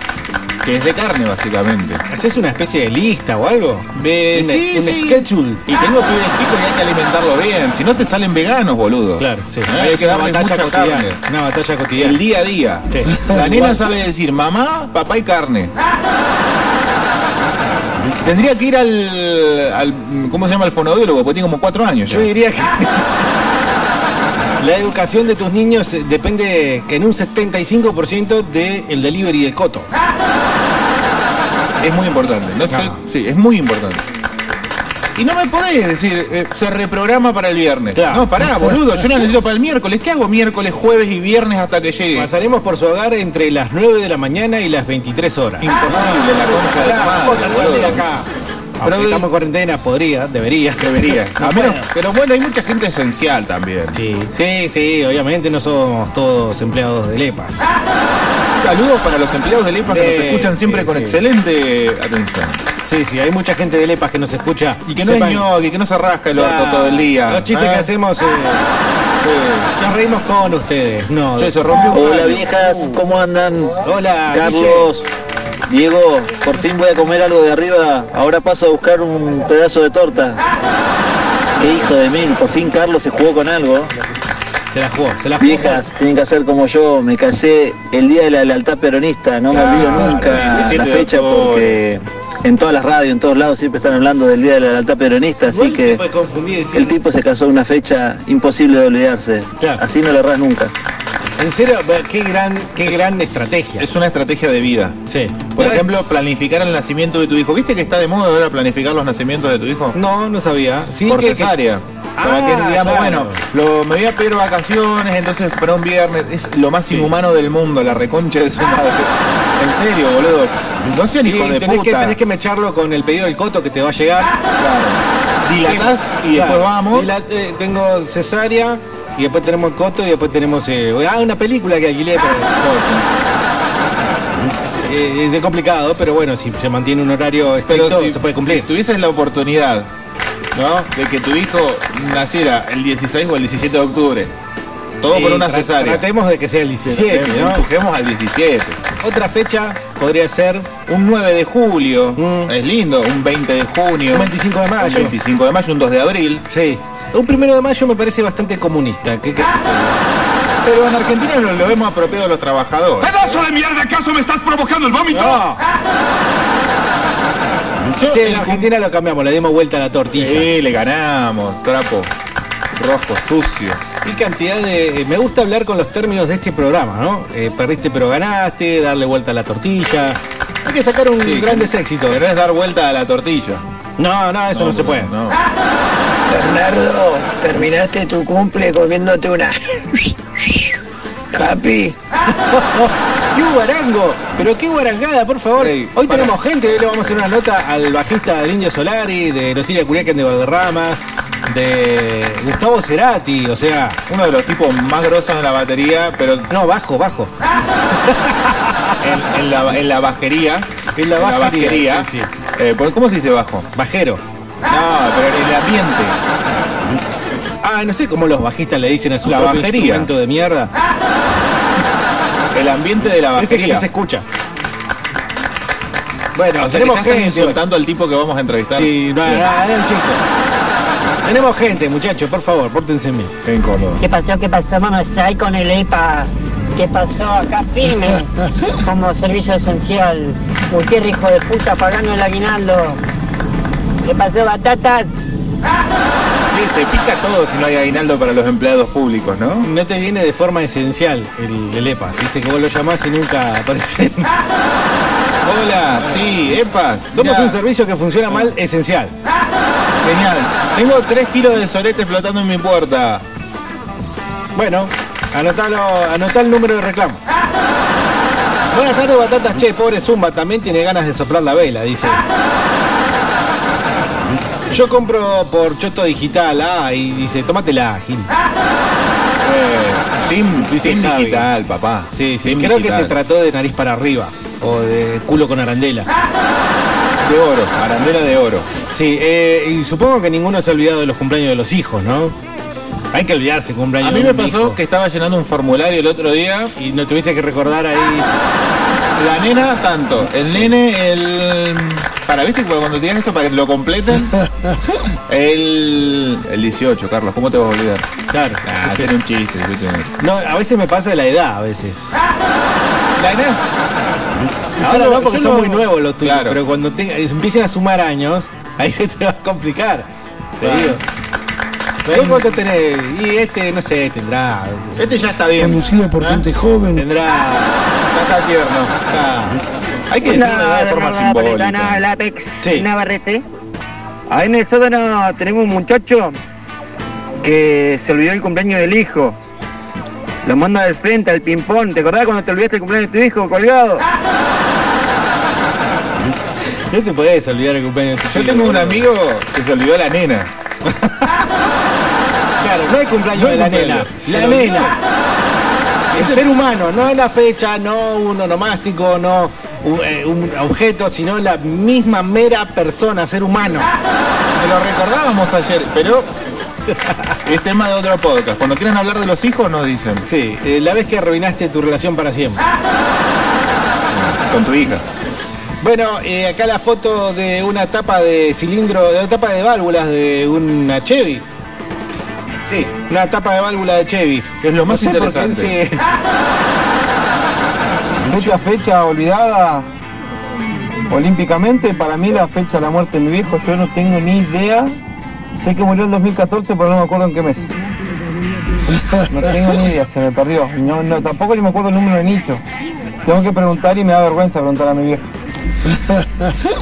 S7: que es de carne básicamente.
S5: ¿Haces una especie de lista o algo?
S7: De,
S5: un e-
S7: sí,
S5: un
S7: sí.
S5: schedule.
S7: Y tengo pibes chicos y hay que alimentarlo bien, si no te salen veganos, boludo.
S5: Claro, sí.
S7: Eh, Hay que darles mucha carne.
S5: Una batalla cotidiana.
S7: El día a día.
S5: Sí.
S7: La nena
S5: Igual.
S7: sabe decir mamá, papá y carne. Tendría que ir al, al- ¿Cómo se llama? Al fonobiólogo, porque tiene como cuatro años.
S5: Yo
S7: ya.
S5: diría que (laughs) la educación de tus niños eh, depende que en un 75% del delivery del coto.
S7: Es muy importante. No sé-
S5: Ajá.
S7: sí, es muy importante. Y no me podés decir, eh, se reprograma para el viernes.
S5: Claro.
S7: No, pará, boludo, yo no necesito para el miércoles. ¿Qué hago miércoles, jueves y viernes hasta que llegue?
S5: Pasaremos por su hogar entre las 9 de la mañana y las 23 horas.
S7: Imposible la concha de la
S5: Pará,
S7: madre,
S5: Cota,
S7: boludo.
S5: de acá. Aunque
S7: Pero-
S5: estamos en cuarentena, podría, debería.
S7: Debería.
S5: (laughs) No
S7: A menos-
S5: puedo.
S7: pero bueno, hay mucha gente esencial también.
S5: Sí, sí, sí, obviamente no somos todos empleados de Lepa.
S7: Saludos para los empleados de Lepas que nos
S5: Sí,
S7: escuchan siempre
S5: sí,
S7: con
S5: sí.
S7: excelente atención.
S5: Sí, sí, hay mucha gente de Lepas que nos escucha.
S7: Y que no
S5: Sepan-
S7: es ñoqui, que no se rasca el orto
S5: Claro,
S7: todo el día.
S5: Los chistes
S7: ¿eh?
S5: que hacemos, eh,
S7: Sí.
S5: nos reímos con ustedes. No,
S7: Che, se rompió un
S13: Hola
S7: caño.
S13: viejas, ¿cómo andan?
S5: Hola,
S13: Carlos, Diego, por fin voy a comer algo de arriba. Ahora paso a buscar un pedazo de torta. Qué hijo de mil, por fin Carlos se jugó con algo.
S5: Se la jugó, se la jugó.
S13: Viejas, tienen que hacer como yo, me casé el día de la lealtad peronista, no me olvido
S7: Claro,
S13: nunca
S7: 17
S13: la
S7: de
S13: fecha
S7: octubre.
S13: porque en todas las radios, en todos lados siempre están hablando del día de la lealtad peronista, así que
S5: Puede confundir, sí.
S13: el tipo se casó en una fecha imposible de olvidarse. Así no la errás nunca.
S5: En serio, ve, qué gran, qué gran estrategia.
S7: Es una estrategia de vida.
S5: Sí.
S7: Por ejemplo, planificar el nacimiento de tu hijo. ¿Viste que está de moda ahora planificar los nacimientos de tu hijo?
S5: No, no sabía. Sí,
S7: Por
S5: que- que-
S7: cesárea. Para
S5: Ah,
S7: que digamos,
S5: claro.
S7: bueno, lo- me voy a pedir vacaciones, entonces para un viernes. Es lo más inhumano del mundo, la
S5: (laughs)
S7: reconcha de su madre. En serio, boludo. No sean
S5: Y
S7: hijos de
S5: tenés, que,
S7: puta.
S5: tenés que mecharlo con el pedido del coto que te va a llegar.
S7: Dilatás y después vamos.
S5: Dila- eh, tengo cesárea y después tenemos el coto y después tenemos. eh, ah, una película que alquilé.
S7: (laughs)
S5: pero- Eh, es complicado, pero bueno, si se mantiene un horario estricto,
S7: Pero si
S5: se puede cumplir.
S7: tuvieses la oportunidad, ¿no? De que tu hijo naciera el 16 o el 17 de octubre. Todo
S5: Sí,
S7: por una
S5: tra-
S7: cesárea.
S5: Tratemos de que sea el 17,
S7: Empujemos-
S5: ¿no?
S7: Empujemos al 17.
S5: Otra fecha podría ser
S7: un 9 de julio, es lindo, un 20 de junio,
S5: Mm. Un 25 de mayo.
S7: un 25 de mayo, un 2 de abril.
S5: Sí. Un primero de mayo me parece bastante comunista. ¿Qué, qué-
S7: Pero en Argentina lo, lo hemos apropiado a los trabajadores.
S14: ¡Pedazo de mierda! ¿Acaso me estás provocando el vómito?
S5: Sí, en Argentina lo cambiamos, le dimos vuelta a la tortilla.
S7: Sí, le ganamos, trapo, rojo, sucio.
S5: Qué cantidad de. eh, Me gusta hablar con los términos de este programa, ¿no? Eh, perdiste pero ganaste, darle vuelta a la tortilla. Hay que sacar un
S7: Sí,
S5: grandes éxitos.
S7: Pero es dar vuelta a la tortilla.
S5: No, no, eso no, se puede.
S7: No.
S15: Bernardo, terminaste tu cumple comiéndote
S13: (laughs)
S15: una. Happy.
S5: (laughs) ¡Qué guarango! Pero qué guarangada, por favor. hoy tenemos gente, hoy le vamos a hacer una nota al bajista del Indio Solari, de Rosilia Curiaquén de Valderrama, de Gustavo Cerati, o sea.
S7: Uno de los tipos más grosos en la batería, pero.
S5: No, bajo, bajo.
S7: en, en la, en la bajería.
S5: En la bajería,
S7: bajería.
S5: sí,
S7: Eh, ¿por- ¿Cómo se dice bajo?
S5: Bajero.
S7: No, pero en el ambiente.
S5: Ah, no sé cómo los bajistas le dicen a su
S7: La
S5: propio
S7: bajería.
S5: instrumento de mierda.
S7: El ambiente de la
S5: Parece que
S7: bajería.
S5: no se escucha. Bueno,
S7: o sea, que
S5: tenemos
S7: ya están
S5: gente.
S7: insultando al tipo que vamos a entrevistar.
S5: Sí, no, no,
S7: Bien.
S5: no, era un chiste. Tenemos gente, muchachos, por favor, pórtense en mí.
S7: Qué incómodo.
S16: ¿Qué pasó? ¿Qué pasó, mamá? Sai con el EPA? ¿Qué pasó acá, Pymes? Como servicio esencial. Usted, hijo de puta, pagando el aguinaldo. ¿Qué pasó, batatas?
S7: Sí, se pica todo si no hay aguinaldo para los empleados públicos, ¿no?
S5: No te viene de forma esencial el, el EPA, viste que vos lo llamás y nunca aparece.
S7: Hola, sí, epas.
S5: Somos
S7: Mirá,
S5: un servicio que funciona mal esencial.
S7: Genial. Tengo 3 kilos de sorete flotando en mi puerta.
S5: Bueno, anotalo, anotá el número de reclamo. Buenas tardes, batatas. Che, pobre Zumba, también tiene ganas de soplar la vela, dice. Yo compro por Choto Digital, ah, y dice, tómatela, Gil.
S7: Eh, Tim,
S5: dice
S7: Tim
S5: Javi.
S7: digital, papá.
S5: Sí, sí,
S7: Tim
S5: creo que este
S7: digital.
S5: te trató de nariz para arriba, o de culo con arandela.
S7: De oro, arandela de oro.
S5: Sí, eh, y supongo que ninguno se ha olvidado de los cumpleaños de los hijos, ¿no? Hay que olvidarse cumpleaños
S7: A mí
S5: de
S7: me
S5: un
S7: pasó
S5: hijo.
S7: que estaba llenando un formulario el otro día.
S5: Y no tuviste que recordar ahí.
S7: La nena tanto, el nene el... Para, viste, Porque cuando tiras esto para que lo
S5: (laughs)
S7: completen. El, el 18, Carlos, ¿cómo te vas a olvidar?
S5: Claro.
S7: Ah, hacer un chiste. viste.
S5: No, a veces me pasa de la edad, a veces.
S7: La nena
S5: Ahora
S7: Yo
S5: no,
S7: no-
S5: porque
S7: yo
S5: son
S7: no-
S5: muy nuevos los tuyos,
S7: Claro.
S5: pero cuando tenga- empiecen a sumar años, ahí se te va a complicar. Te
S7: Claro.
S5: digo. ¿Vos cuánto tenés? Y este, no sé, tendrá.
S7: Este ya está bien. ¿Eh?
S5: Conducido por gente joven. Tendrá.
S7: ya está tierno. Hay que decirlo de forma simbólica.
S17: Apex Navarrete. Ahí en el sótano tenemos un muchacho que se olvidó el cumpleaños del hijo. Lo manda de frente al ping-pong. ¿Te acordás cuando te olvidaste el cumpleaños de tu hijo colgado?
S5: No te podés olvidar el cumpleaños de tu
S7: Yo
S5: hijo,
S7: tengo un
S5: boludo.
S7: amigo que se olvidó la nena.
S5: Claro, no hay cumpleaños
S7: No hay
S5: de la nena.
S7: cumpleaños.
S5: La
S7: Se lo olvidó.
S5: nena. El ser humano, no la fecha, no un onomástico, no u- eh, un objeto, sino la misma mera persona, ser humano.
S7: Te lo recordábamos ayer, pero es tema de otro podcast. Cuando quieran hablar de los hijos, nos dicen.
S5: Sí, eh, la vez que arruinaste tu relación para siempre.
S7: Con tu hija.
S5: Bueno, eh, acá la foto de una tapa de cilindro, de una tapa de válvulas de una Chevy. Sí, una tapa de válvula de Chevy.
S7: Es lo más
S5: No sé por qué
S7: interesante.
S5: se-
S10: (laughs) Mucha fecha olvidada olímpicamente, para mí la fecha de la muerte de mi viejo, yo no tengo ni idea. Sé que murió en 2014, pero no me acuerdo en qué mes. No tengo ni idea, se me perdió. No, no, tampoco ni me acuerdo el número de nicho. Tengo que preguntar y me da vergüenza preguntar a mi viejo.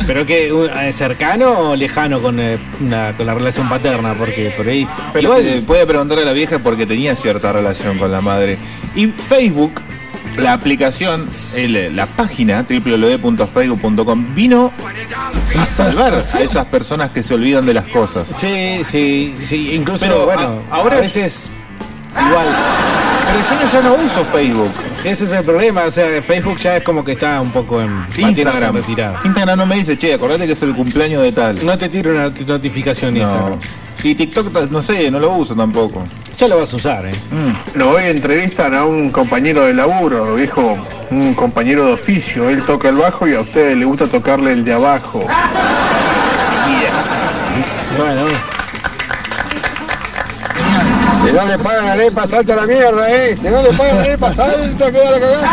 S5: Pero que un- eh, cercano o lejano con, eh, una- con la relación paterna, porque por ahí.
S7: Pero
S5: Igual-
S7: se le puede preguntar a la vieja porque tenía cierta relación con la madre. Y Facebook, la aplicación, el- la página www.facebook.com vino a salvar a esas personas que se olvidan de las cosas.
S5: Sí, sí, sí, incluso
S7: Pero,
S5: bueno,
S7: a- ahora-
S5: a veces igual.
S7: Pero yo no, ya no uso Facebook.
S5: Ese es el problema, o sea, Facebook ya es como que está un poco en manteniéndose en
S7: Instagram.
S5: retirada.
S7: Instagram no me dice, che, acordate que es el cumpleaños de tal.
S5: No te tiro una notificación
S7: No. Y TikTok, ta- no sé, no lo uso tampoco.
S5: Ya lo vas a usar, ¿eh?
S10: Lo hoy entrevistan a un compañero de laburo, viejo, un compañero de oficio. Él toca el bajo y a ustedes le gusta tocarle el de abajo.
S5: Bueno,
S8: Si no le pagan a Lepa, salta a la mierda, eh. Si no le pagan a Lepa, salta, queda la cagada.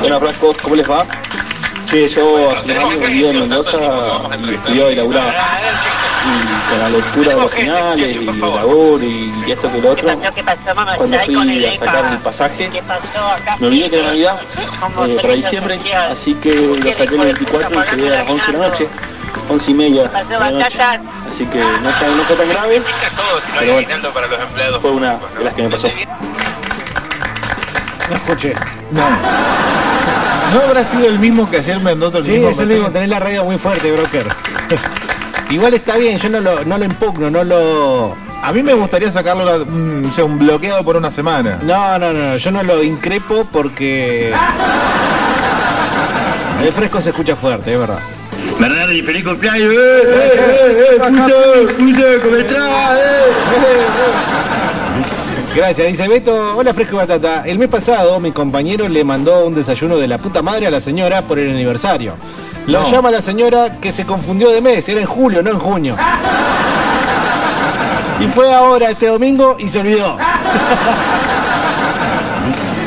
S18: Buenas Frascos, ¿cómo les va? Che, yo hace unos años vivía en Mendoza y estudiaba y laburaba. Y con la lectura de los finales y el labor y, y esto que lo otro,
S16: ¿Qué pasó, mamá?
S18: cuando
S16: Sai con el
S18: fui a sacar el
S16: EPA.
S18: pasaje,
S16: ¿Qué pasó acá?
S18: me olvidé que era Navidad,
S16: Como
S18: eh, para
S16: servicio
S18: diciembre,
S16: social.
S18: así que lo saqué el 24 y llegué a las 11 de la noche, 11 y media de la noche. Así que no, está- no fue tan grave, pero bueno, fue una de las que me pasó.
S5: no escuché.
S7: No. ¿No habrá sido el mismo que ayer me andó el
S5: Sí,
S7: mismo
S5: es el
S7: mensaje?
S5: mismo, tenés la radio muy fuerte, broker. (laughs) Igual está bien, yo no lo, no lo impugno, no lo.
S7: A mí me gustaría sacarlo, una- un, o sea, un bloqueado por una semana.
S5: No, no, no, yo no lo increpo porque. El fresco se escucha fuerte, es verdad.
S14: Bernardo, y feliz cumpleaños. eh, eh,
S5: Gracias, dice Beto. Hola, Fresco y Batata. El mes pasado, mi compañero le mandó un desayuno de la puta madre a la señora por el aniversario. Lo
S7: No.
S5: llama la señora que se confundió de mes, era en julio, no en
S14: (laughs)
S5: junio. Y fue ahora, este domingo, y se olvidó.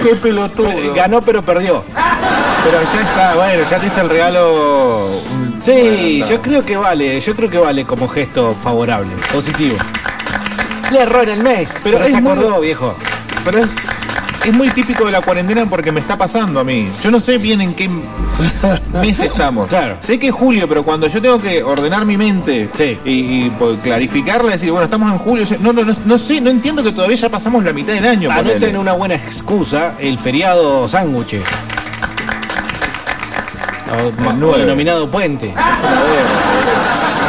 S7: ¡Qué pelotudo!
S5: Ganó, pero perdió.
S7: Pero ya está, bueno, ya te hice el regalo. mm,
S5: Sí, yo creo que vale, yo creo que vale como gesto favorable, positivo. Le erró en el mes, pero,
S7: Pero es
S5: se
S7: muy-
S5: acordó, viejo.
S7: Pero es, es muy típico de la cuarentena porque me está pasando a mí. Yo no sé bien en qué (laughs) mes estamos.
S5: Claro.
S7: Sé que es julio, pero cuando yo tengo que ordenar mi mente y, y por clarificarla, decir, bueno, estamos en julio. yo- No, no, no, no sé, no entiendo que todavía ya pasamos la mitad del año. ponele.
S5: Anoten una buena excusa, el feriado sándwich. O, o
S7: nueve.
S5: denominado puente.
S7: Ah.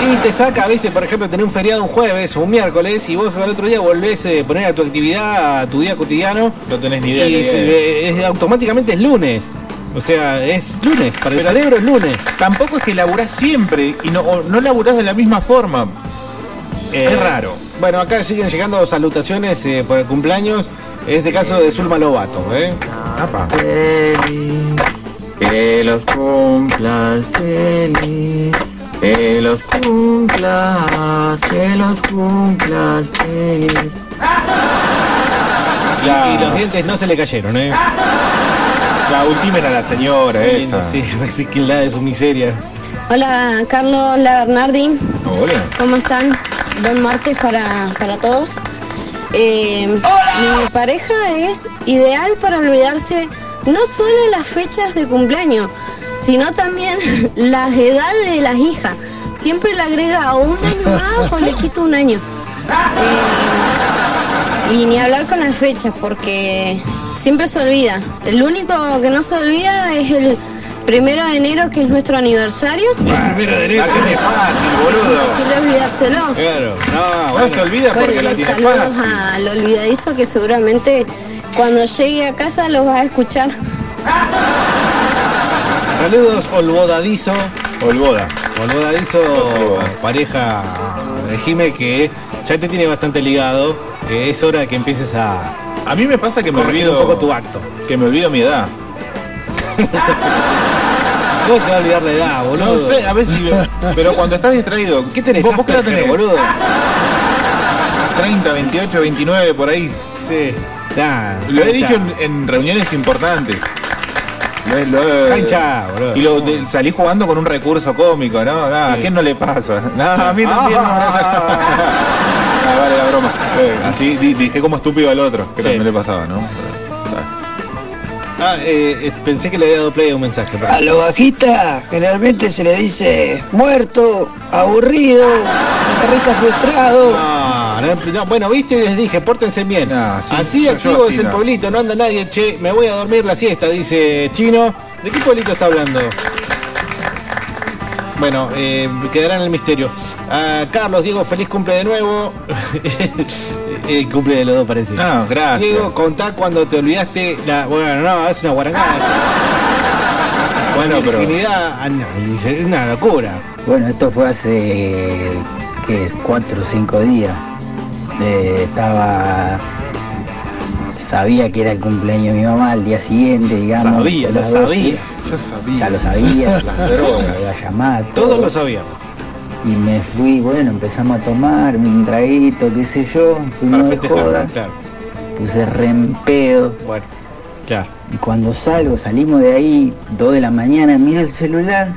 S5: Y te saca, viste, por ejemplo, tener un feriado un jueves o un miércoles y vos al otro día volvés a poner a tu actividad, a tu día cotidiano.
S7: No tenés ni idea.
S5: y
S7: ni idea.
S5: se- eh, es- automáticamente es lunes. O sea, es lunes, para el
S7: Pero-
S5: cerebro es lunes.
S7: Tampoco es que laburás siempre y no, o no laburás de la misma forma.
S5: Eh,
S7: es raro.
S5: Bueno, acá siguen llegando salutaciones eh, por el cumpleaños. En este caso de Zulma Lobato, ¿eh?
S19: Que los cumplas feliz, que los cumplas, que los cumplas feliz.
S7: Ah.
S5: Y, y los dientes no se le cayeron, ¿eh?
S7: La ultimen a la señora,
S5: Sí,
S7: Ah. esa.
S5: sí, (laughs) sí, que la de su miseria.
S20: Hola Carlos, hola Bernardi,
S7: Hola.
S20: ¿cómo están? Buen martes para, para todos. Eh, mi pareja es ideal para olvidarse no solo las fechas de cumpleaños, sino también (laughs) las edades de las hijas. Siempre le agrega o un año más o le quita un año. Eh, y ni hablar con las fechas porque siempre se olvida. El único que no se olvida es el primero de enero que es nuestro aniversario.
S7: Primero derecho. La tenés fácil, boludo.
S20: Imposible olvidárselo.
S5: Claro. No,
S7: No
S5: Ah, bueno.
S7: se olvida porque la
S20: Bueno,
S7: tiene
S20: saludos
S7: fácil.
S20: al olvidadizo que seguramente cuando llegue a casa los va a escuchar.
S5: Saludos, Olvodadizo.
S7: Olvoda.
S5: Olvodadizo, pareja de Jime que ya te tiene bastante ligado. Eh, es hora de que empieces a.
S7: A mí me pasa que me
S5: corregir
S7: olvido-
S5: un poco tu acto.
S7: Que me olvido mi edad.
S5: ¿Cómo te va a olvidar la edad, boludo?
S7: No sé, a veces. Pero cuando estás distraído.
S5: ¿Qué tenés?
S7: ¿Vos, vos qué edad
S5: Asperger,
S7: tenés?
S5: boludo?
S7: 30, 28, 29, por ahí.
S5: Sí. Nah,
S7: Lo he
S5: cancha.
S7: dicho en, en reuniones importantes. Lo he- lo he-
S5: Cancha, boludo.
S7: Y lo, de- salí jugando con un recurso cómico, ¿no? Nah, ¿A quién no le pasa? Nah, a mí también no me Ah, vale, la broma. Eh, así di- dije como estúpido al otro, que también le pasaba, ¿no?
S5: Ah, eh, eh, pensé que le había dado play a un mensaje. perdón.
S15: A los bajistas generalmente se le dice muerto, aburrido, guitarrista frustrado.
S5: No, no, no, bueno, viste, les dije, pórtense bien. así
S7: Ah, yo-
S5: activo
S7: yo así
S5: es el
S7: no.
S5: pueblito, no anda nadie, che, me voy a dormir la siesta, dice Chino. ¿De qué pueblito está hablando? Bueno, eh, quedará en el misterio. A Carlos, Diego, feliz cumple de nuevo. (laughs) el cumple de los dos parece.
S7: No, Ah, gracias.
S5: Diego, contá cuando te olvidaste la. Bueno, no, es una guarangada.
S7: Bueno, Ah, pero-
S5: Virginidad, ah, no, dice, es una locura.
S21: Bueno, esto fue hace ¿qué? cuatro o cinco días. Eh, estaba. Sabía que era el cumpleaños de mi mamá al día siguiente, digamos.
S5: Sabía,
S21: a
S5: lo
S21: las 12.
S5: sabía.
S7: Yo sabía.
S21: Ya lo
S5: (laughs)
S21: sabía.
S7: Las
S21: Me iba
S7: drogas.
S21: a llamar.
S5: Todos lo sabíamos.
S21: Y me fui, bueno, empezamos a tomar un traguito, qué sé yo.
S5: Para
S21: Fuimos de
S5: festejar,
S21: joda.
S5: claro.
S21: Puse re en pedo.
S5: Bueno, claro.
S21: Y cuando salgo, salimos de ahí, 2 de la mañana, miro el celular,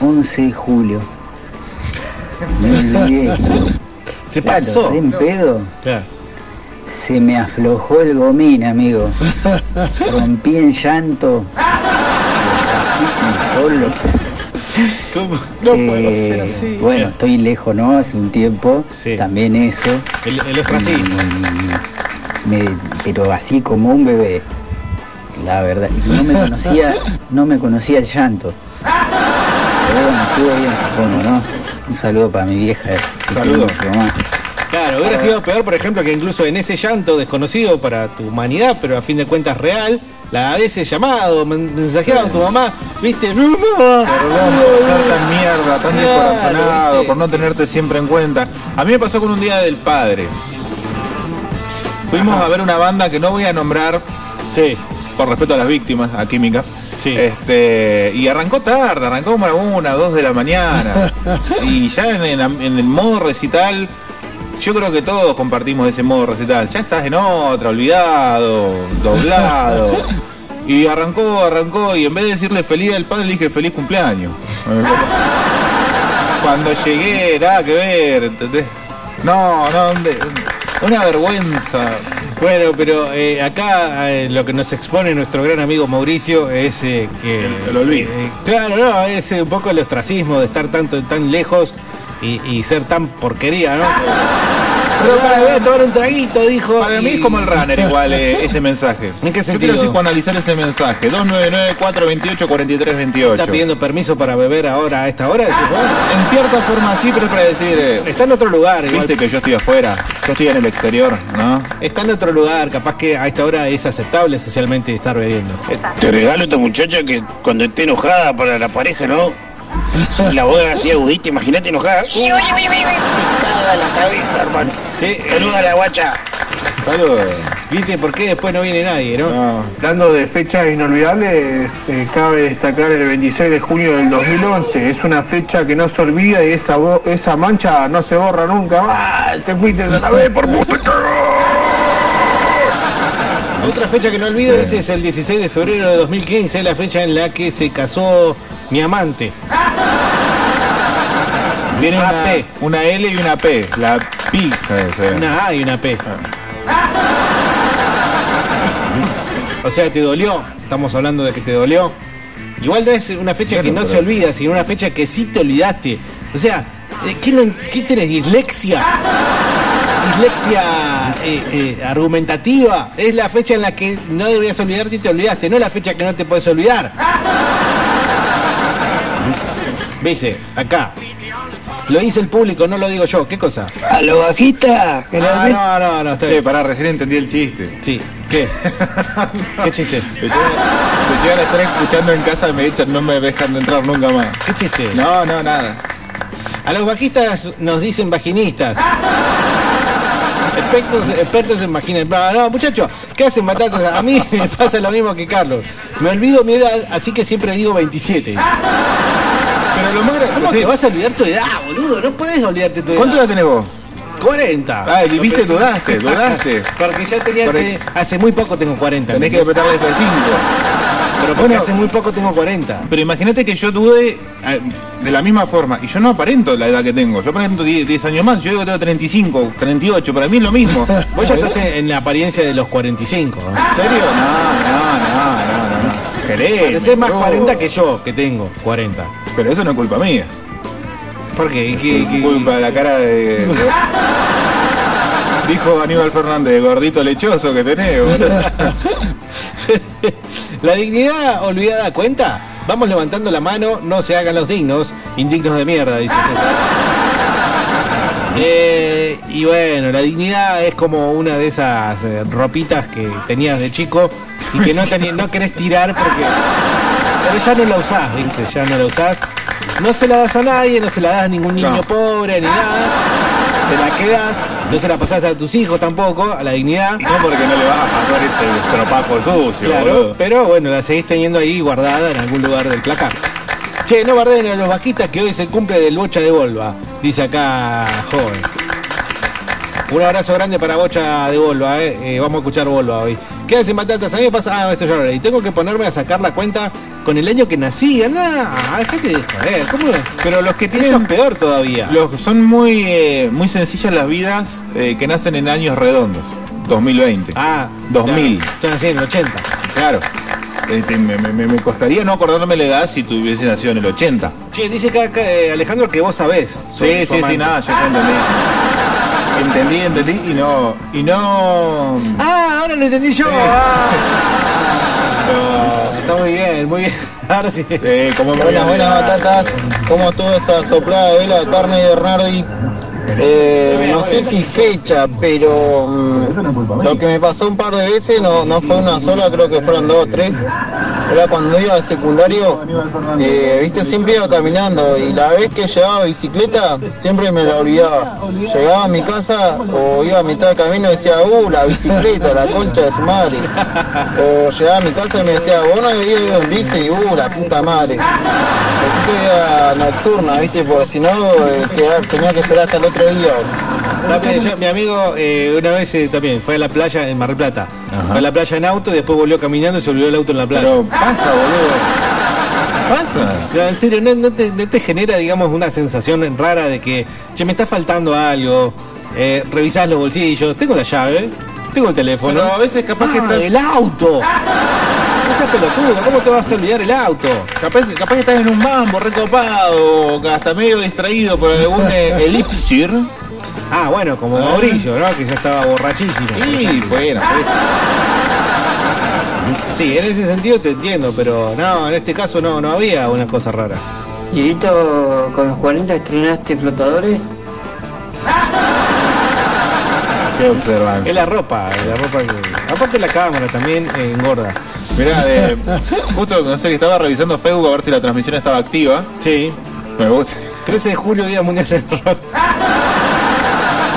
S21: 11 de julio. Me olvidé.
S5: Se
S21: Claro,
S5: pasó.
S21: re en pedo.
S5: Claro.
S21: Se me aflojó el gomín, (laughs) amigo. Rompí en llanto. Solo.
S5: ¿Cómo?
S21: No puedo ser así. Bueno, estoy lejos, ¿no? Hace un tiempo. También eso. Mm,
S5: El, el ostracismo.
S21: Me- pero así como un bebé. La verdad. Y No me conocía, no me conocía el llanto. Pero bueno, estuvo bien, supongo, ¿no? Un saludo para mi vieja. que
S5: Saludo.
S21: tengo, mamá.
S5: Claro, hubiera sido peor, por ejemplo, que incluso en ese llanto desconocido para tu humanidad, pero a fin de cuentas real, la veces llamado, men- mensajeado a tu mamá, viste, no,
S7: Perdón por ser tan mierda, tan descorazonado, por no tenerte siempre en cuenta. A mí me pasó con un día del padre. Fuimos a ver una banda que no voy a nombrar. Por respeto a las víctimas, a Química. Este, y arrancó tarde, arrancó como a la una, dos de la (laughs) mañana. y ya en, el am- en el modo recital, yo creo que todos compartimos ese modo recital. Ya estás en otra, olvidado, (laughs) doblado. y arrancó, arrancó, y en vez de decirle feliz del padre, le dije feliz (laughs) cumpleaños. Cuando llegué, nada que ver, ¿entendés? No, no, hombre, una vergüenza.
S5: Bueno, pero eh, acá eh, lo que nos expone nuestro gran amigo Mauricio es eh, que...
S7: El- el olvido.
S5: eh, claro, no, es eh, un poco el ostracismo de estar tanto tan lejos y, y ser tan porquería,
S7: (laughs)
S5: ¿no? Pero para, voy a tomar un traguito, dijo.
S7: Para mí es como el runner
S5: (laughs)
S7: igual eh, ese mensaje.
S5: ¿En qué
S7: Yo
S5: sentido?
S7: quiero psicoanalizar ese mensaje. 299-428-4328.
S5: ¿Está pidiendo permiso para beber ahora a esta hora?
S7: En cierta forma sí, pero es para decir... eh,
S5: Está en otro lugar, igual.
S7: Viste que yo estoy afuera, yo estoy en el exterior, ¿no?
S5: Está en otro lugar, capaz que a esta hora es aceptable socialmente estar bebiendo.
S9: Te regalo a esta muchacha que cuando esté enojada para la pareja, ¿no? La boda así agudita, imagínate enojada. Picada la cabeza, hermano. Saluda a la guacha.
S7: Saludos.
S5: ¿Viste por qué después no viene nadie, no?
S22: Hablando de fechas inolvidables, eh, cabe destacar el 26 de junio del 2011. Es una fecha que no se olvida y esa, bo- esa mancha no se borra nunca más. Te fuiste de la vez por música.
S5: Otra fecha que no olvido ese es el 16 de febrero de 2015, la fecha en la que se casó mi amante.
S7: Tiene una,
S5: AP.
S7: una L y una P. La P.
S5: Una A y una P. O sea, te dolió. Estamos hablando de que te dolió. Igual no es una fecha que no se olvida, sino una fecha que sí te olvidaste. O sea, eh, ¿qué, no, qué tenés? ¿Dislexia? ¿Dislexia eh, eh, argumentativa? Es la fecha en la que no debías olvidarte y te olvidaste, no la fecha que no te puedes olvidar. Dice, acá. Lo dice el público, no lo digo yo. ¿Qué cosa?
S15: A lo bajista generalmente.
S5: Ah, no, no, no, está
S7: Sí, pará, recién entendí el chiste.
S5: Sí. ¿Qué? (laughs) ¿Qué chiste?
S7: (laughs) Me llegan, me llegan a estar escuchando en casa y me echan, no me dejan de entrar nunca más.
S5: ¿Qué chiste?
S7: No, no, nada.
S5: A los bajistas nos dicen vaginistas. (laughs) Expertos, expertos en vaginas. No, no, muchachos, ¿qué hacen batatas? A mí me pasa lo mismo que Carlos. Me olvido mi edad, así que siempre digo 27.
S7: Ah, Pero lo más grande.
S5: ¿Cómo te vas a olvidar tu edad, boludo? No puedes olvidarte tu edad.
S7: ¿Cuánto edad tenés vos?
S5: 40.
S7: Ah, y viste,
S5: (laughs)
S7: dudaste, dudaste.
S5: Porque ya tenía.
S7: Por
S5: que- hace muy poco tengo 40.
S7: Tenés que apretar la F5.
S5: Pero porque hace muy poco tengo 40.
S7: Pero imagínate que yo dude eh, de la misma forma. Y yo no aparento la edad que tengo. Yo aparento 10, 10 años más. Yo digo que tengo 35, 38. Para mí es lo mismo.
S5: (laughs) Vos ya estás en, en la apariencia de los 45. ¿no?
S7: ¿En serio? No, no, no, no, no. Querés.
S5: Parecés más
S7: no.
S5: 40 que yo, que tengo 40.
S7: Pero eso no es culpa mía.
S5: ¿Por qué? ¿Qué- qué-
S7: Culpa de la cara de. Dijo Aníbal Fernández, gordito lechoso que tenés, boludo. (laughs)
S5: (laughs) ¿La dignidad olvidada cuenta? Vamos levantando la mano, no se hagan los dignos, indignos de mierda, dice César. Eh, y bueno, la dignidad es como una de esas eh, ropitas que tenías de chico y que no, teni- no querés tirar porque pero ya no la usás, viste, ya no la usás. No se la das a nadie, no se la das a ningún niño pobre ni nada. Te la quedas, no se la pasás a tus hijos tampoco, a la dignidad.
S7: No porque no le vas a pasar ese estropajo sucio,
S5: Claro,
S7: boludo.
S5: pero bueno, la seguís teniendo ahí guardada en algún lugar del placar. Che, no guarden a los bajistas que hoy es el cumple del Bocha de Volva, dice acá joven. Un abrazo grande para Bocha de Volva, eh. Eh, vamos a escuchar Volva hoy. ¿Qué hacen patatas? A mí me pasa, ah, esto ya lo leí. Tengo que ponerme a sacar la cuenta con el año que nací, anda, déjate de joder, ¿cómo?
S7: Pero los que
S5: tienen... Eso es peor todavía.
S7: Los que son muy, eh, muy sencillas las vidas eh, que nacen en años redondos. 2020.
S5: Ah.
S7: 2000.
S5: Yo nací en el 80.
S7: Claro. Este, me, me- me costaría no acordarme la edad si tuviese nacido en el 80.
S5: Che, dice acá, acá, eh, Alejandro que vos sabés. sobre
S7: Sí,
S5: su
S7: sí,
S5: amante.
S7: sí, nada, yo ya entendí. Entendí, entendí y no. Y no.
S5: Ah, ahora lo entendí yo. Ah.
S7: no.
S5: Está muy bien, muy bien. (laughs) Ahora sí.
S7: Eh, como me voy a
S2: Buenas, buenas
S7: olvidar.
S2: batatas. ¿Cómo estuvo esa soplada de vela de carne de Bernardi? Eh, no sé si fecha, pero mm, lo que me pasó un par de veces, no, no fue una sola, creo que fueron dos o tres. Era cuando iba al secundario, eh, viste, siempre iba caminando y la vez que llevaba bicicleta, siempre me la olvidaba. Llegaba a mi casa o iba a mitad de camino y decía, uh, la bicicleta, la concha de su madre. O llegaba a mi casa y me decía, vos no habías ido en bici, y, uh, la puta madre. Así que era nocturna, viste, porque si no, eh, quedar- tenía que esperar hasta el otro día.
S5: También, yo- mi amigo eh, una vez eh, también fue a la playa en Mar del Plata. Fue a la playa en auto y después volvió caminando y se olvidó el auto en la playa.
S7: pasa, boludo. Pasa.
S5: No, en serio, no, no te, no te genera, digamos, una sensación rara de que, che, me está faltando algo. Eh, revisás los bolsillos, tengo las llaves, tengo el teléfono.
S7: Pero a veces capaz que
S5: Ah,
S7: estás-
S5: el auto. No seas pelotudo, ¿cómo te vas a olvidar el auto?
S7: Capaz, capaz que estás en un mambo recopado, hasta medio distraído por algún eh, elipsir.
S5: Ah, bueno, como Mauricio, ¿no? Que ya estaba borrachísimo.
S7: Sí, bueno.
S5: Sí, en ese sentido te entiendo, pero no, en este caso no, no había una cosa rara.
S16: Dieguito, con los 40 estrenaste flotadores.
S7: ¿Qué observan?
S5: Es la ropa, es la ropa que. Aparte la cámara también eh, engorda.
S7: Mirá, eh, justo no sé que estaba revisando Facebook a ver si la transmisión estaba activa.
S5: Sí.
S7: Me gusta.
S5: 13 de julio, Día Mundial del Rock.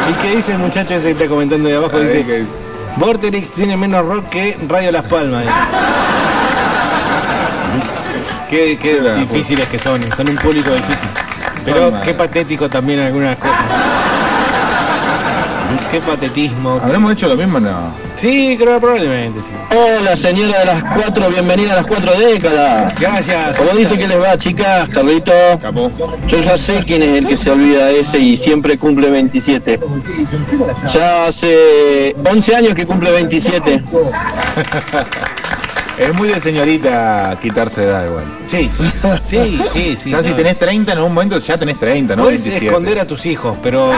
S5: ¿Y qué dice el muchacho ese que está comentando de abajo?
S7: A ver,
S5: Dice,
S7: ¿qué dice?
S5: Vorterix tiene menos rock que Radio Las Palmas. dice. qué qué
S7: Era,
S5: difíciles que son, son un público difícil. Pero
S7: Palmas.
S5: qué patético también algunas cosas. Qué patetismo.
S7: ¿Habremos hecho lo mismo o no?
S5: Sí, creo que probablemente sí.
S2: Hola señora de las cuatro, bienvenida a las cuatro décadas.
S5: Gracias.
S2: ¿Cómo dice que les va, chicas? Carlito. Yo ya sé quién es el que se olvida de ese y siempre cumple 27. Ya hace 11 años que cumple 27.
S7: Es muy de señorita quitarse edad igual.
S5: Sí, sí,
S7: (laughs)
S5: sí, sí.
S7: Ya si
S5: no.
S7: tenés 30 en algún momento, ya tenés 30, ¿no?
S5: Puedes
S7: 27.
S5: esconder a tus hijos, pero.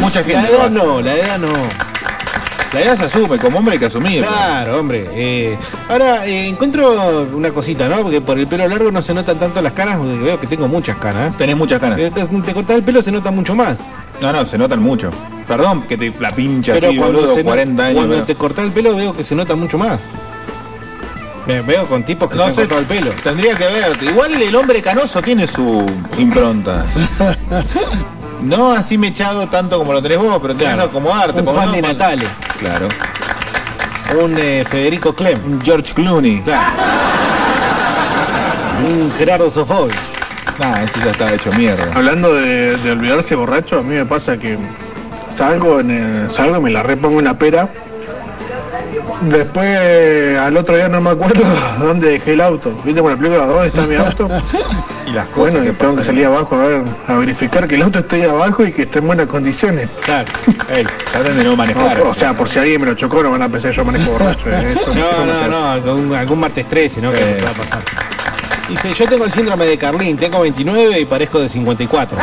S7: Mucha gente
S5: La
S7: lo
S5: edad
S7: hace.
S5: no, la edad no.
S7: La edad se asume, como hombre hay que asumir.
S5: Claro, hombre. eh, ahora eh, encuentro una cosita, ¿no? Porque por el pelo largo no se notan tanto las canas, porque veo que tengo muchas canas.
S7: (laughs) Tenés muchas canas.
S5: Eh, te cortás el pelo se nota mucho más.
S7: No, no, se notan mucho. Perdón que te la pincha
S5: Pero
S7: así,
S5: cuando,
S7: boludo,
S5: se no-
S7: 40 años.
S5: cuando
S7: pero-
S5: te cortás el pelo veo que se nota mucho más. Me veo con tipos que
S7: No
S5: se han
S7: sé,
S5: cortado el pelo.
S7: tendría que ver. Igual el hombre canoso tiene su (laughs) impronta. No así mechado tanto como lo tenés vos, pero tenés
S5: Claro.
S7: que acomodarte.
S5: Un
S7: porque
S5: Juan
S7: no-
S5: de Natale.
S7: Claro.
S5: Un eh, Federico Clem. Un
S7: George Clooney.
S5: Claro. un Gerardo Sofovich.
S7: Ah, este ya está hecho mierda.
S22: Hablando de, de olvidarse borracho, a mí me pasa que salgo, en el- salgo y me la repongo una pera. Después, al otro día no me acuerdo (laughs) dónde dejé el auto. ¿Viste por la película dónde está mi (laughs) auto?
S7: Y las cosas
S22: Bueno, y
S7: que
S22: tengo que
S7: pasan.
S22: salir abajo a ver, a verificar que el auto esté ahí abajo y que esté en buenas condiciones.
S5: Claro.
S7: Ey, traten de no manejar.
S22: o sea, por si alguien me lo chocó, no van a pensar que yo manejo borracho. ¿eh? Eso- eso
S5: No,
S22: me
S5: no,
S22: hace-
S5: no, algún, algún martes 13, ¿no? Que
S22: Eh.
S5: nos va a pasar. Dice, yo tengo el síndrome de Carlín, tengo 29 y parezco de 54.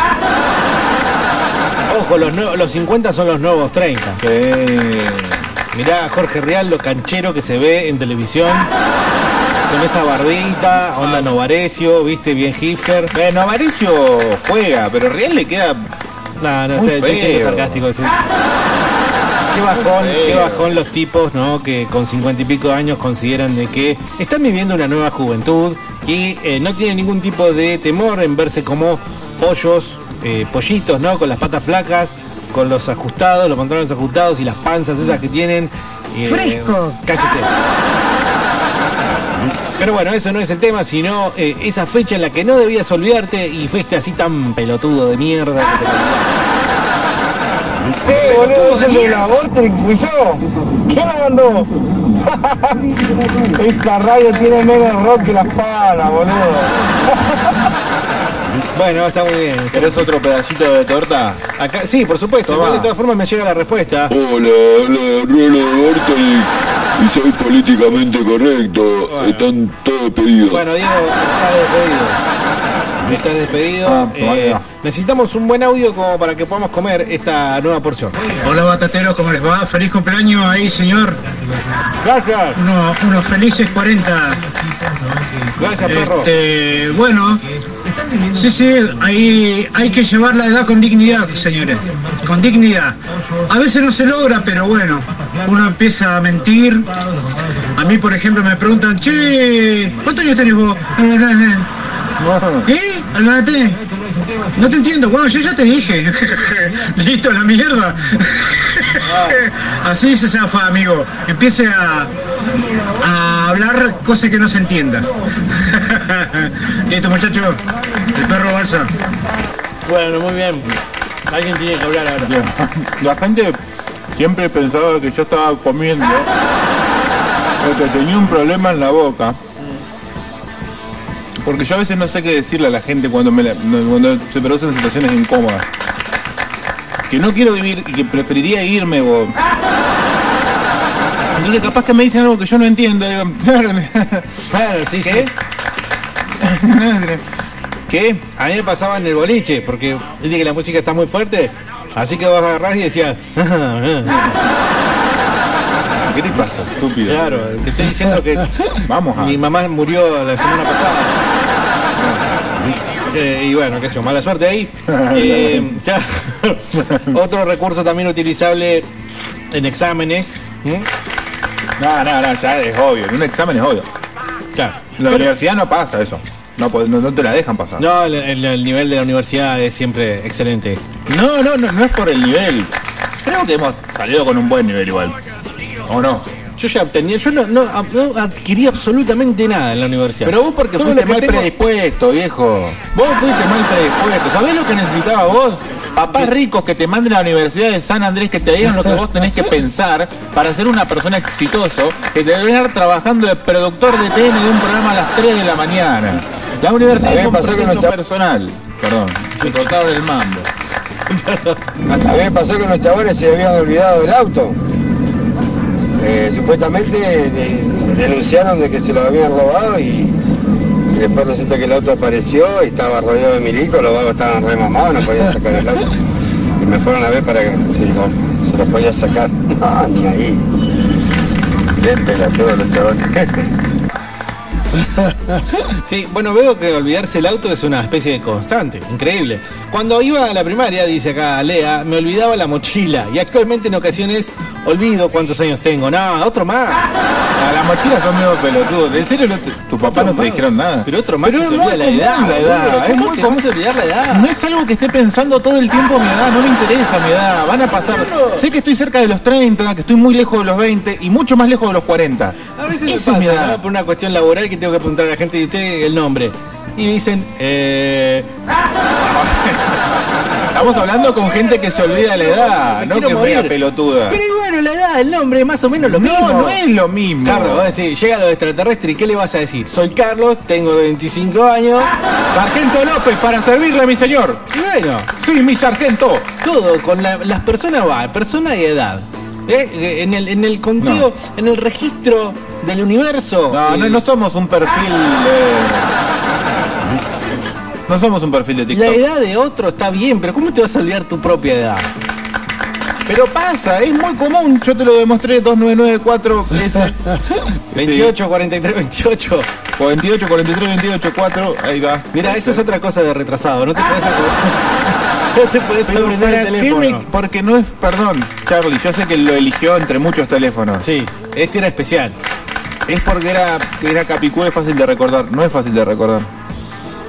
S5: Ojo, los, nue- los 50 son los nuevos 30. Mirá a Jorge Real, lo canchero que se ve en televisión. Con esa barbita, onda Novarecio, viste, bien hipster.
S7: Eh, Novarecio juega, pero Real le queda.
S5: No, no,
S7: muy
S5: estoy, estoy siendo
S7: feo.
S5: sarcástico. sí. (laughs) Qué bajón, qué bajón los tipos, ¿no? Que con cincuenta y pico años consideran de que están viviendo una nueva juventud y eh, no tienen ningún tipo de temor en verse como pollos, eh, pollitos, ¿no? Con las patas flacas, con los ajustados, los pantalones ajustados y las panzas esas que tienen. eh,
S3: Fresco.
S5: Cállese. Pero bueno, eso no es el tema, sino eh, esa fecha en la que no debías olvidarte y fuiste así tan pelotudo de mierda. que
S10: ¡Eh,
S5: te olvidaste.
S10: boludo! ¡Es el de la Vortex, fui yo! ¿Quién lo mandó? (laughs) Esta radio tiene menos rock que las palas, boludo.
S5: Bueno, está muy bien.
S7: ¿Querés otro pedacito de torta?
S5: Acá, sí, por supuesto.
S7: Tomá.
S5: Igual de todas formas me llega la respuesta.
S6: Hola, habla Rolo Vortex y soy políticamente correcto. Están todos pedidos.
S5: Bueno, Diego, estás despedido. Estás despedido. Eh, necesitamos un buen audio como para que podamos comer esta nueva porción.
S23: Hola batateros, ¿cómo les va? Feliz cumpleaños ahí, señor. Gracias. Unos, unos felices 40.
S5: Gracias, perro.
S23: Este, bueno, sí, sí, ahí hay que llevar la edad con dignidad, señores. Con dignidad. A veces no se logra, pero bueno, uno empieza a mentir. A mí, por ejemplo, me preguntan, che, ¿cuántos años tenés vos? ¿Qué? ¿Albanate? No te entiendo. Bueno, yo ya te dije. (laughs) Listo, la mierda. (laughs) Así se zafa, amigo. Empiece a, a hablar cosas que no se entienda. (laughs) Listo, muchachos. El perro balsa.
S5: Bueno, muy bien. Alguien tiene que hablar ahora.
S7: (laughs) La gente siempre pensaba que yo estaba comiendo porque tenía un problema en la boca. Porque yo a veces no sé qué decirle a la gente cuando, me la- no- cuando se producen situaciones incómodas. Que no quiero vivir y que preferiría irme o... Entonces capaz que me dicen algo que yo no entiendo. y digo, (laughs)
S5: Claro, sí,
S7: ¿Qué?
S5: ¿Qué? A mí me pasaba en el boliche, porque viste que la música está muy fuerte, así que vos agarrás y decías. (laughs)
S7: ¿Qué te pasa, estúpido?
S5: Claro, te estoy diciendo que. (laughs)
S7: Vamos
S5: Mi mamá murió la semana pasada. Eh, y bueno, qué sé yo, mala suerte ahí. Eh, ya. Otro recurso también utilizable en exámenes.
S7: No, no, no, ya es obvio. En un examen es obvio.
S5: Claro.
S7: En la universidad no pasa eso. No, po- no, no te la dejan pasar.
S5: No, el, el- el nivel de la universidad es siempre excelente.
S7: No, no, no, no es por el nivel. Creo que hemos salido con un buen nivel igual. ¿O no?
S5: Yo ya obtenía, yo no, no, no adquirí absolutamente nada en la universidad.
S7: Pero vos porque
S5: Todo
S7: fuiste
S5: lo que
S7: mal
S5: tengo-
S7: predispuesto, viejo. Vos fuiste mal predispuesto. ¿Sabés lo que necesitaba vos? Papás ricos que te manden a la Universidad de San Andrés, que te digan lo que vos tenés que pensar para ser una persona exitoso, que te deben estar trabajando de productor de TN de un programa a las 3 de la mañana. La universidad
S2: A mí
S7: es
S2: me
S7: un
S2: pasó con
S7: proceso
S2: los chap-
S7: personal. Perdón, me cortaron el mambo.
S2: A mí me pasó que los chavales se habían olvidado del auto. Eh, supuestamente de- denunciaron de que se lo habían robado y después resulta que el auto apareció y estaba rodeado de milico, los vagos estaban re mamados, no podían sacar el auto. Y me fueron a ver para que si lo- se lo podía sacar. (laughs) No, ni ahí. Qué pelotudo los chavales.
S5: Sí, bueno, veo que olvidarse el auto es una especie de constante, increíble. Cuando iba a la primaria, dice acá Lea, me olvidaba la mochila y actualmente en ocasiones Olvido cuántos años tengo, nada, otro más.
S7: A Ah, las mochilas son medio pelotudos. En serio, no te- tu papá no te dijeron nada.
S5: Pero otro más
S7: Pero
S5: que se
S7: es muy
S5: olvida la
S7: común
S5: edad, boludo,
S7: la edad,
S5: ¿cómo
S7: es muy
S5: te
S7: común.
S5: vas a olvidar la edad?
S7: No es algo que esté pensando todo el tiempo mi edad, no me interesa mi edad. Van a pasar. Sé que estoy cerca de los 30, que estoy muy lejos de los 20 y mucho más lejos de los 40.
S5: A veces me
S7: Eso es mi
S5: pasa,
S7: edad.
S5: ¿no? por una cuestión laboral que tengo que preguntar a la gente y usted el nombre. Y me dicen, eh,
S7: Estamos hablando con gente que se olvida la edad,
S5: Me
S7: no
S5: quiero
S7: que
S5: morir.
S7: vea pelotuda.
S5: Pero bueno, la edad, el nombre es más o menos lo mismo. eh.
S7: No, no es lo mismo.
S5: Carlos, vos decís, llega lo extraterrestre y ¿qué le vas a decir? Soy Carlos, tengo 25 años.
S7: Sargento López, para servirle, mi señor.
S5: Y bueno.
S7: Sí, mi sargento.
S5: Todo, con la- las personas va, persona y edad. Eh, En, el, en el conteo, en el registro del universo.
S7: No, no, no somos un perfil. eh, No somos un perfil de
S5: La
S7: TikTok.
S5: edad de otro está bien, pero ¿cómo te vas a olvidar tu propia edad?
S7: Pero pasa, es muy común. Yo te lo demostré 2994 (laughs) S.
S5: 28, 43, 28.
S7: 28, 43, 28, 4. Ahí va.
S5: Mira, eso es otra cosa de retrasado, no te
S7: (laughs)
S5: podés acordar. No te podés
S7: Pero
S5: aprender
S7: ¿para
S5: el
S7: qué
S5: teléfono.
S7: me- Porque no es. Perdón, Charlie, yo sé que lo eligió entre muchos teléfonos.
S5: Sí, este era especial.
S7: Es porque era, era Capicúa y fácil de recordar. No es fácil de recordar.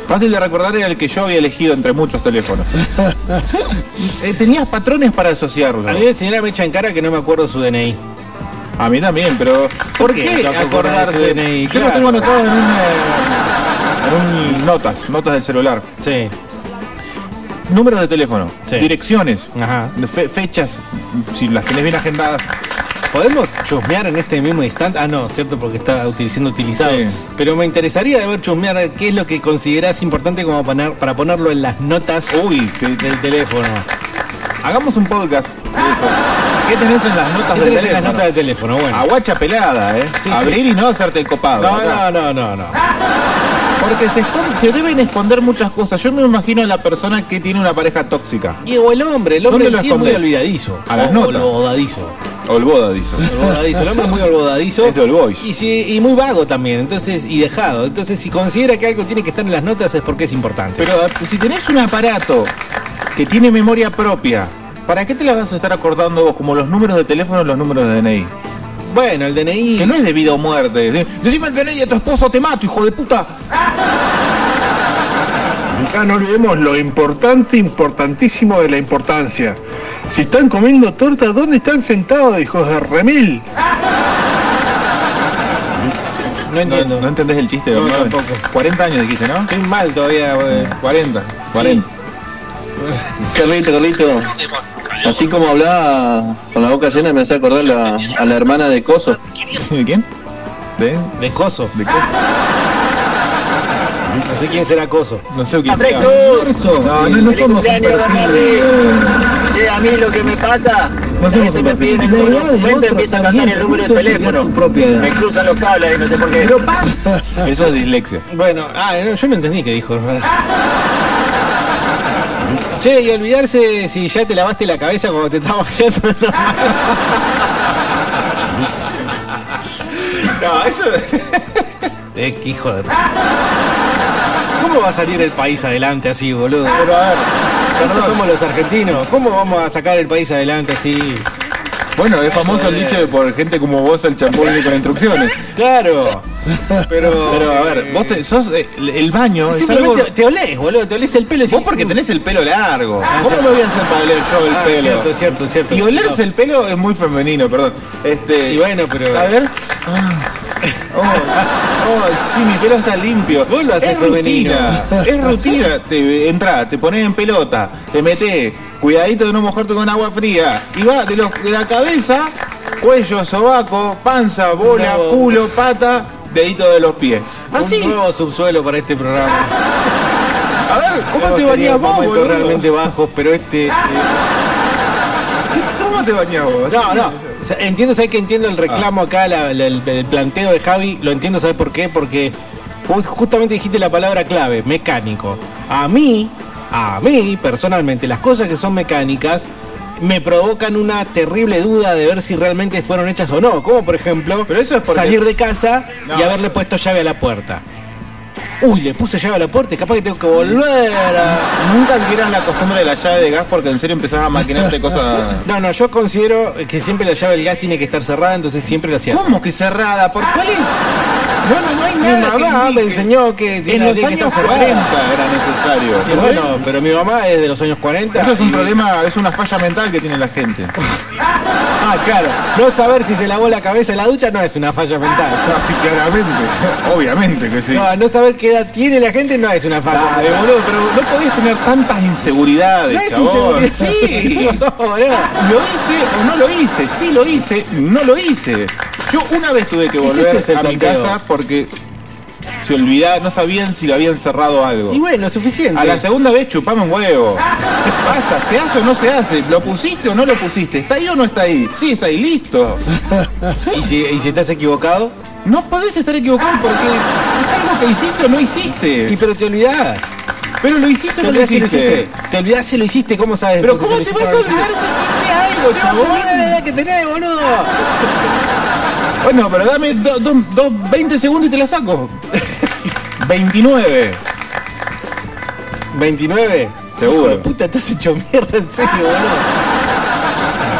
S7: Fácil de recordar era el que yo había elegido entre muchos (laughs) teléfonos. Eh, tenías patrones para asociarlo.
S5: A mí la señora me echa en cara que no me acuerdo su DNI.
S7: A mí también, pero ¿por
S5: qué
S7: qué
S5: no te acordás de
S7: acordarse?
S5: su DNI?
S7: Yo lo
S5: Claro.
S7: tengo anotado en un, eh, en un notas, notas del celular.
S5: Sí.
S7: Números de teléfono,
S5: Sí.
S7: direcciones,
S5: Ajá.
S7: fe- fechas, si las tenés bien agendadas.
S5: ¿Podemos chusmear en este mismo instante? Ah, no, cierto, porque está util- siendo utilizado.
S7: Sí.
S5: Pero me interesaría de ver chusmear eh, qué es lo que considerás importante como poner- para ponerlo en las notas
S7: Uy, te-
S5: del teléfono.
S7: hagamos un podcast de eso. ¿Qué tenés en las notas
S5: ¿Qué
S7: del
S5: tenés en
S7: Ah, teléfono? Ah,
S5: las notas del teléfono? Bueno.
S7: Aguacha pelada, ¿eh?
S5: Sí, sí.
S7: Abrir y no hacerte el copado.
S5: No,
S7: acá.
S5: no, no, no, no.
S7: Porque se, escon- se deben esconder muchas cosas. Yo me imagino a la persona que tiene una pareja tóxica.
S5: Y o el hombre, el hombre
S7: ¿Dónde lo
S5: sí es muy
S7: escondés?
S5: olvidadizo.
S7: A las
S5: O-
S7: notas.
S5: o lo Olvidadizo.
S7: Olboda, dice.
S5: Olvidadizo. El hombre es muy olvidadizo.
S7: Es de Olbois.
S5: Y, sí, y muy vago también, entonces, y dejado. Entonces, si considera que algo tiene que estar en las notas es porque es importante.
S7: Pero eh, si tenés un aparato que tiene memoria propia, ¿para qué te la vas a estar acordando vos? Como los números de teléfono, los números de DNI.
S5: Bueno, el DNI.
S7: Que no es de vida o muerte. De- Decime el DNI a tu esposo, te mato, hijo de puta.
S22: Acá no olvidemos lo importante, importantísimo de la importancia. Si están comiendo torta, ¿dónde están sentados, hijos de remil?
S5: No entiendo.
S7: No, no entendés el chiste,
S5: No,
S7: Bernardo.
S5: tampoco.
S7: 40 años dijiste, ¿no?
S5: Estoy mal todavía. eh.
S7: 40. 40.
S18: Carlito, Carlito. Así como hablaba con la boca llena, me hace acordar la- a la hermana de Coso.
S7: ¿De quién? ¿De?
S5: De coso.
S7: ¿De qué?
S5: No sé quién será coso.
S7: No sé quién sea.
S16: ¡Afrectos!
S7: No, no, no
S16: ¡Feliz
S7: somos un
S16: cumpleaños,
S7: perfil.
S16: Bernardi! Che, a mí lo que me pasa
S7: No
S16: a veces
S7: somos
S16: me
S7: un perfil.
S16: piden
S7: La
S16: el
S7: edad de
S16: documento y
S7: otros
S16: empieza a
S7: también,
S16: cantar el número de
S7: ¿por qué te olvidás
S16: teléfono.
S7: tu propia edad?
S16: Me cruzan los cables y no sé por qué.
S7: Eso es dislexia.
S5: Bueno, ah, no, yo no entendí qué dijo. che, y olvidarse si ya te lavaste la cabeza cuando te estabas bajando.
S7: No, eso
S5: eh, qué hijo de. ¿Cómo va a salir el país adelante así, boludo?
S7: Pero a ver,
S5: Nosotros somos los argentinos. ¿Cómo vamos a sacar el país adelante así?
S7: bueno, es famoso el dicho de por gente como vos el champú viene con instrucciones.
S5: Claro. Pero.
S7: Pero a ver, vos te- sos eh, el, el baño, es algo...
S5: Simplemente te olés, boludo, te olés el pelo y
S7: Vos
S5: decís,
S7: porque tenés el pelo largo.
S5: Ah,
S7: ¿Cómo
S5: cierto.
S7: me voy a hacer para oler yo el
S5: Ah,
S7: pelo?
S5: cierto, cierto, cierto.
S7: Y olerse
S5: No.
S7: el pelo es muy femenino, perdón. Este,
S5: Y bueno, pero-
S7: A ver. Ah. Oh, oh, sí, mi pelo está limpio.
S5: Vos lo haces
S7: es
S5: femenino.
S7: rutina, es rutina. Te entra, te pones en pelota, te metes, cuidadito de no mojarte con agua fría. Y va de, los, de la cabeza, cuello, sobaco, panza, bola,
S5: No.
S7: culo, pata, dedito de los pies. Así.
S5: Un nuevo subsuelo para este programa.
S7: A ver, ¿cómo
S5: Hemos
S7: te
S5: tenido
S7: bañás vos,
S5: momentos
S7: boludo?
S5: realmente bajos, pero
S7: (laughs)
S5: este. eh,
S7: ¿Cómo te bañás vos?
S5: No, no. O sea, Entiendo, ¿sabes que entiendo
S7: Ah.
S5: el reclamo acá, la- la- el, el planteo de Javi? Lo entiendo, ¿sabes por qué? Porque ju- justamente dijiste la palabra clave, mecánico. A mí, a mí, personalmente, las cosas que son mecánicas me provocan una terrible duda de ver si realmente fueron hechas o no. Como por ejemplo,
S7: Pero eso es porque-
S5: salir de casa
S7: No.
S5: y haberle puesto llave a la puerta. uy, le puse llave a la puerta, y capaz que tengo que volver. a-
S7: Nunca adquieras la costumbre de la llave de gas porque en serio empezás a maquinarte cosas.
S5: No, no, yo considero que siempre la llave del gas tiene que estar cerrada, entonces siempre la hacía.
S7: ¿Cómo que cerrada? ¿Por cuál es? No, no, no hay
S5: Mi
S7: nada. que
S5: mamá me
S7: indique.
S5: enseñó que
S7: En
S5: tiene
S7: los
S5: tiene que estar
S7: años
S5: cerrada.
S7: 40 era necesario.
S5: Y bueno, pero mi mamá es de los años 40.
S7: Eso es un
S5: y-
S7: problema, es una falla mental que tiene la (laughs) gente.
S5: Ah, claro. No saber si se lavó la cabeza en la ducha no es una falla mental.
S7: Así claramente, obviamente que sí.
S5: No, no saber qué edad tiene la gente no es una falla
S7: Dale,
S5: mental.
S7: boludo, pero no podías tener tantas inseguridades,
S5: No es
S7: chabón.
S5: inseguridad,
S7: (laughs)
S5: sí. (laughs) No, boludo.
S7: Lo hice o no lo hice, sí lo hice, no lo hice. Yo una vez tuve que
S5: Ese
S7: volver
S5: es el
S7: a mi
S5: planteo.
S7: casa porque se olvidaba, no sabían si le habían cerrado algo.
S5: Y bueno, suficiente.
S7: A la segunda vez chupame un huevo. Basta, ¿se hace o no se hace? ¿Lo pusiste o no lo pusiste? ¿Está ahí o no está ahí? Sí, está ahí, listo.
S5: ¿Y si, y si estás equivocado?
S7: No podés estar equivocado porque es algo que hiciste o no hiciste.
S5: Y pero te olvidás.
S7: Pero lo hiciste o
S5: Te
S7: no lo
S5: olvidás si lo
S7: hiciste.
S5: hiciste. Te olvidás si lo hiciste, ¿cómo sabes?
S7: Pero ¿cómo
S5: entonces
S7: te
S5: si lo
S7: vas a
S5: hiciste o no lo
S7: olvidar si
S5: hiciste?
S7: hiciste algo,
S5: Pero te olvidás de la
S7: chabón?
S5: edad que tenés, boludo.
S7: Bueno, pero dame do- do- do- 20 segundos y te la (laughs) saco. 29.
S5: 29.
S7: Seguro.
S5: Hijo de puta, estás hecho mierda, en serio, boludo.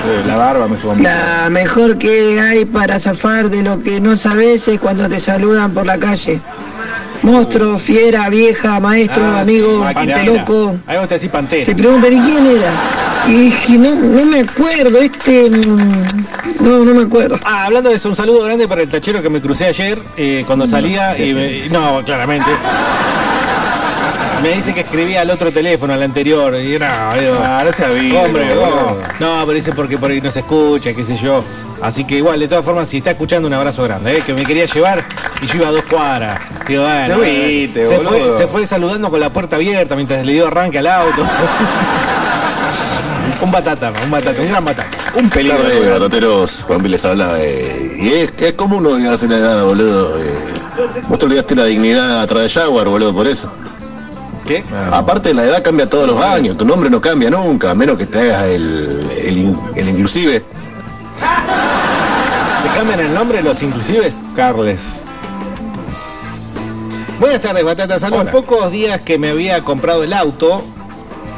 S7: Eh, La barba me subo
S15: La mejor que hay para zafar de lo que no sabes es cuando te saludan por la calle. Monstruo, fiera, vieja, maestro,
S5: Ah, sí,
S15: amigo,
S5: máquina.
S15: loco.
S5: Ahí vos te decís
S15: Te
S5: pantera.
S15: preguntan, ¿y quién era? Y es que no, no me acuerdo, este... mm, No, no me acuerdo.
S5: Ah, hablando de eso, un saludo grande para el tachero que me crucé ayer eh, cuando salía y me- no, claramente. Me dice que escribía al otro teléfono, al anterior, y no, digo,
S7: Ah, no sea vivo,
S5: hombre,
S7: boludo.
S5: no, no, pero dice porque por ahí no se escucha, qué sé yo. Así que igual, de todas formas, si está escuchando, un abrazo grande, eh, que me quería llevar y yo iba a dos cuadras. Digo, bueno,
S7: Te fuiste,
S5: se,
S7: boludo.
S5: fue, se fue saludando con la puerta abierta mientras le dio arranque al
S7: (laughs)
S5: auto. un batata, un batata, un gran batata.
S7: Un peligro.
S1: Tarde, ratateros. Juanpi les habla. eh, y es, es común olvidarse la edad, boludo. eh. vos te olvidaste la dignidad atrás de Jaguar, boludo, por eso.
S5: ¿Qué?
S1: Aparte, la edad cambia todos los años. Tu nombre no cambia nunca, a menos que te hagas el, el in- el inclusive.
S5: ¿Se cambian el nombre los inclusives?
S7: Carles.
S5: Buenas tardes, Batatas. A los
S7: Hola.
S5: pocos días que me había comprado el auto,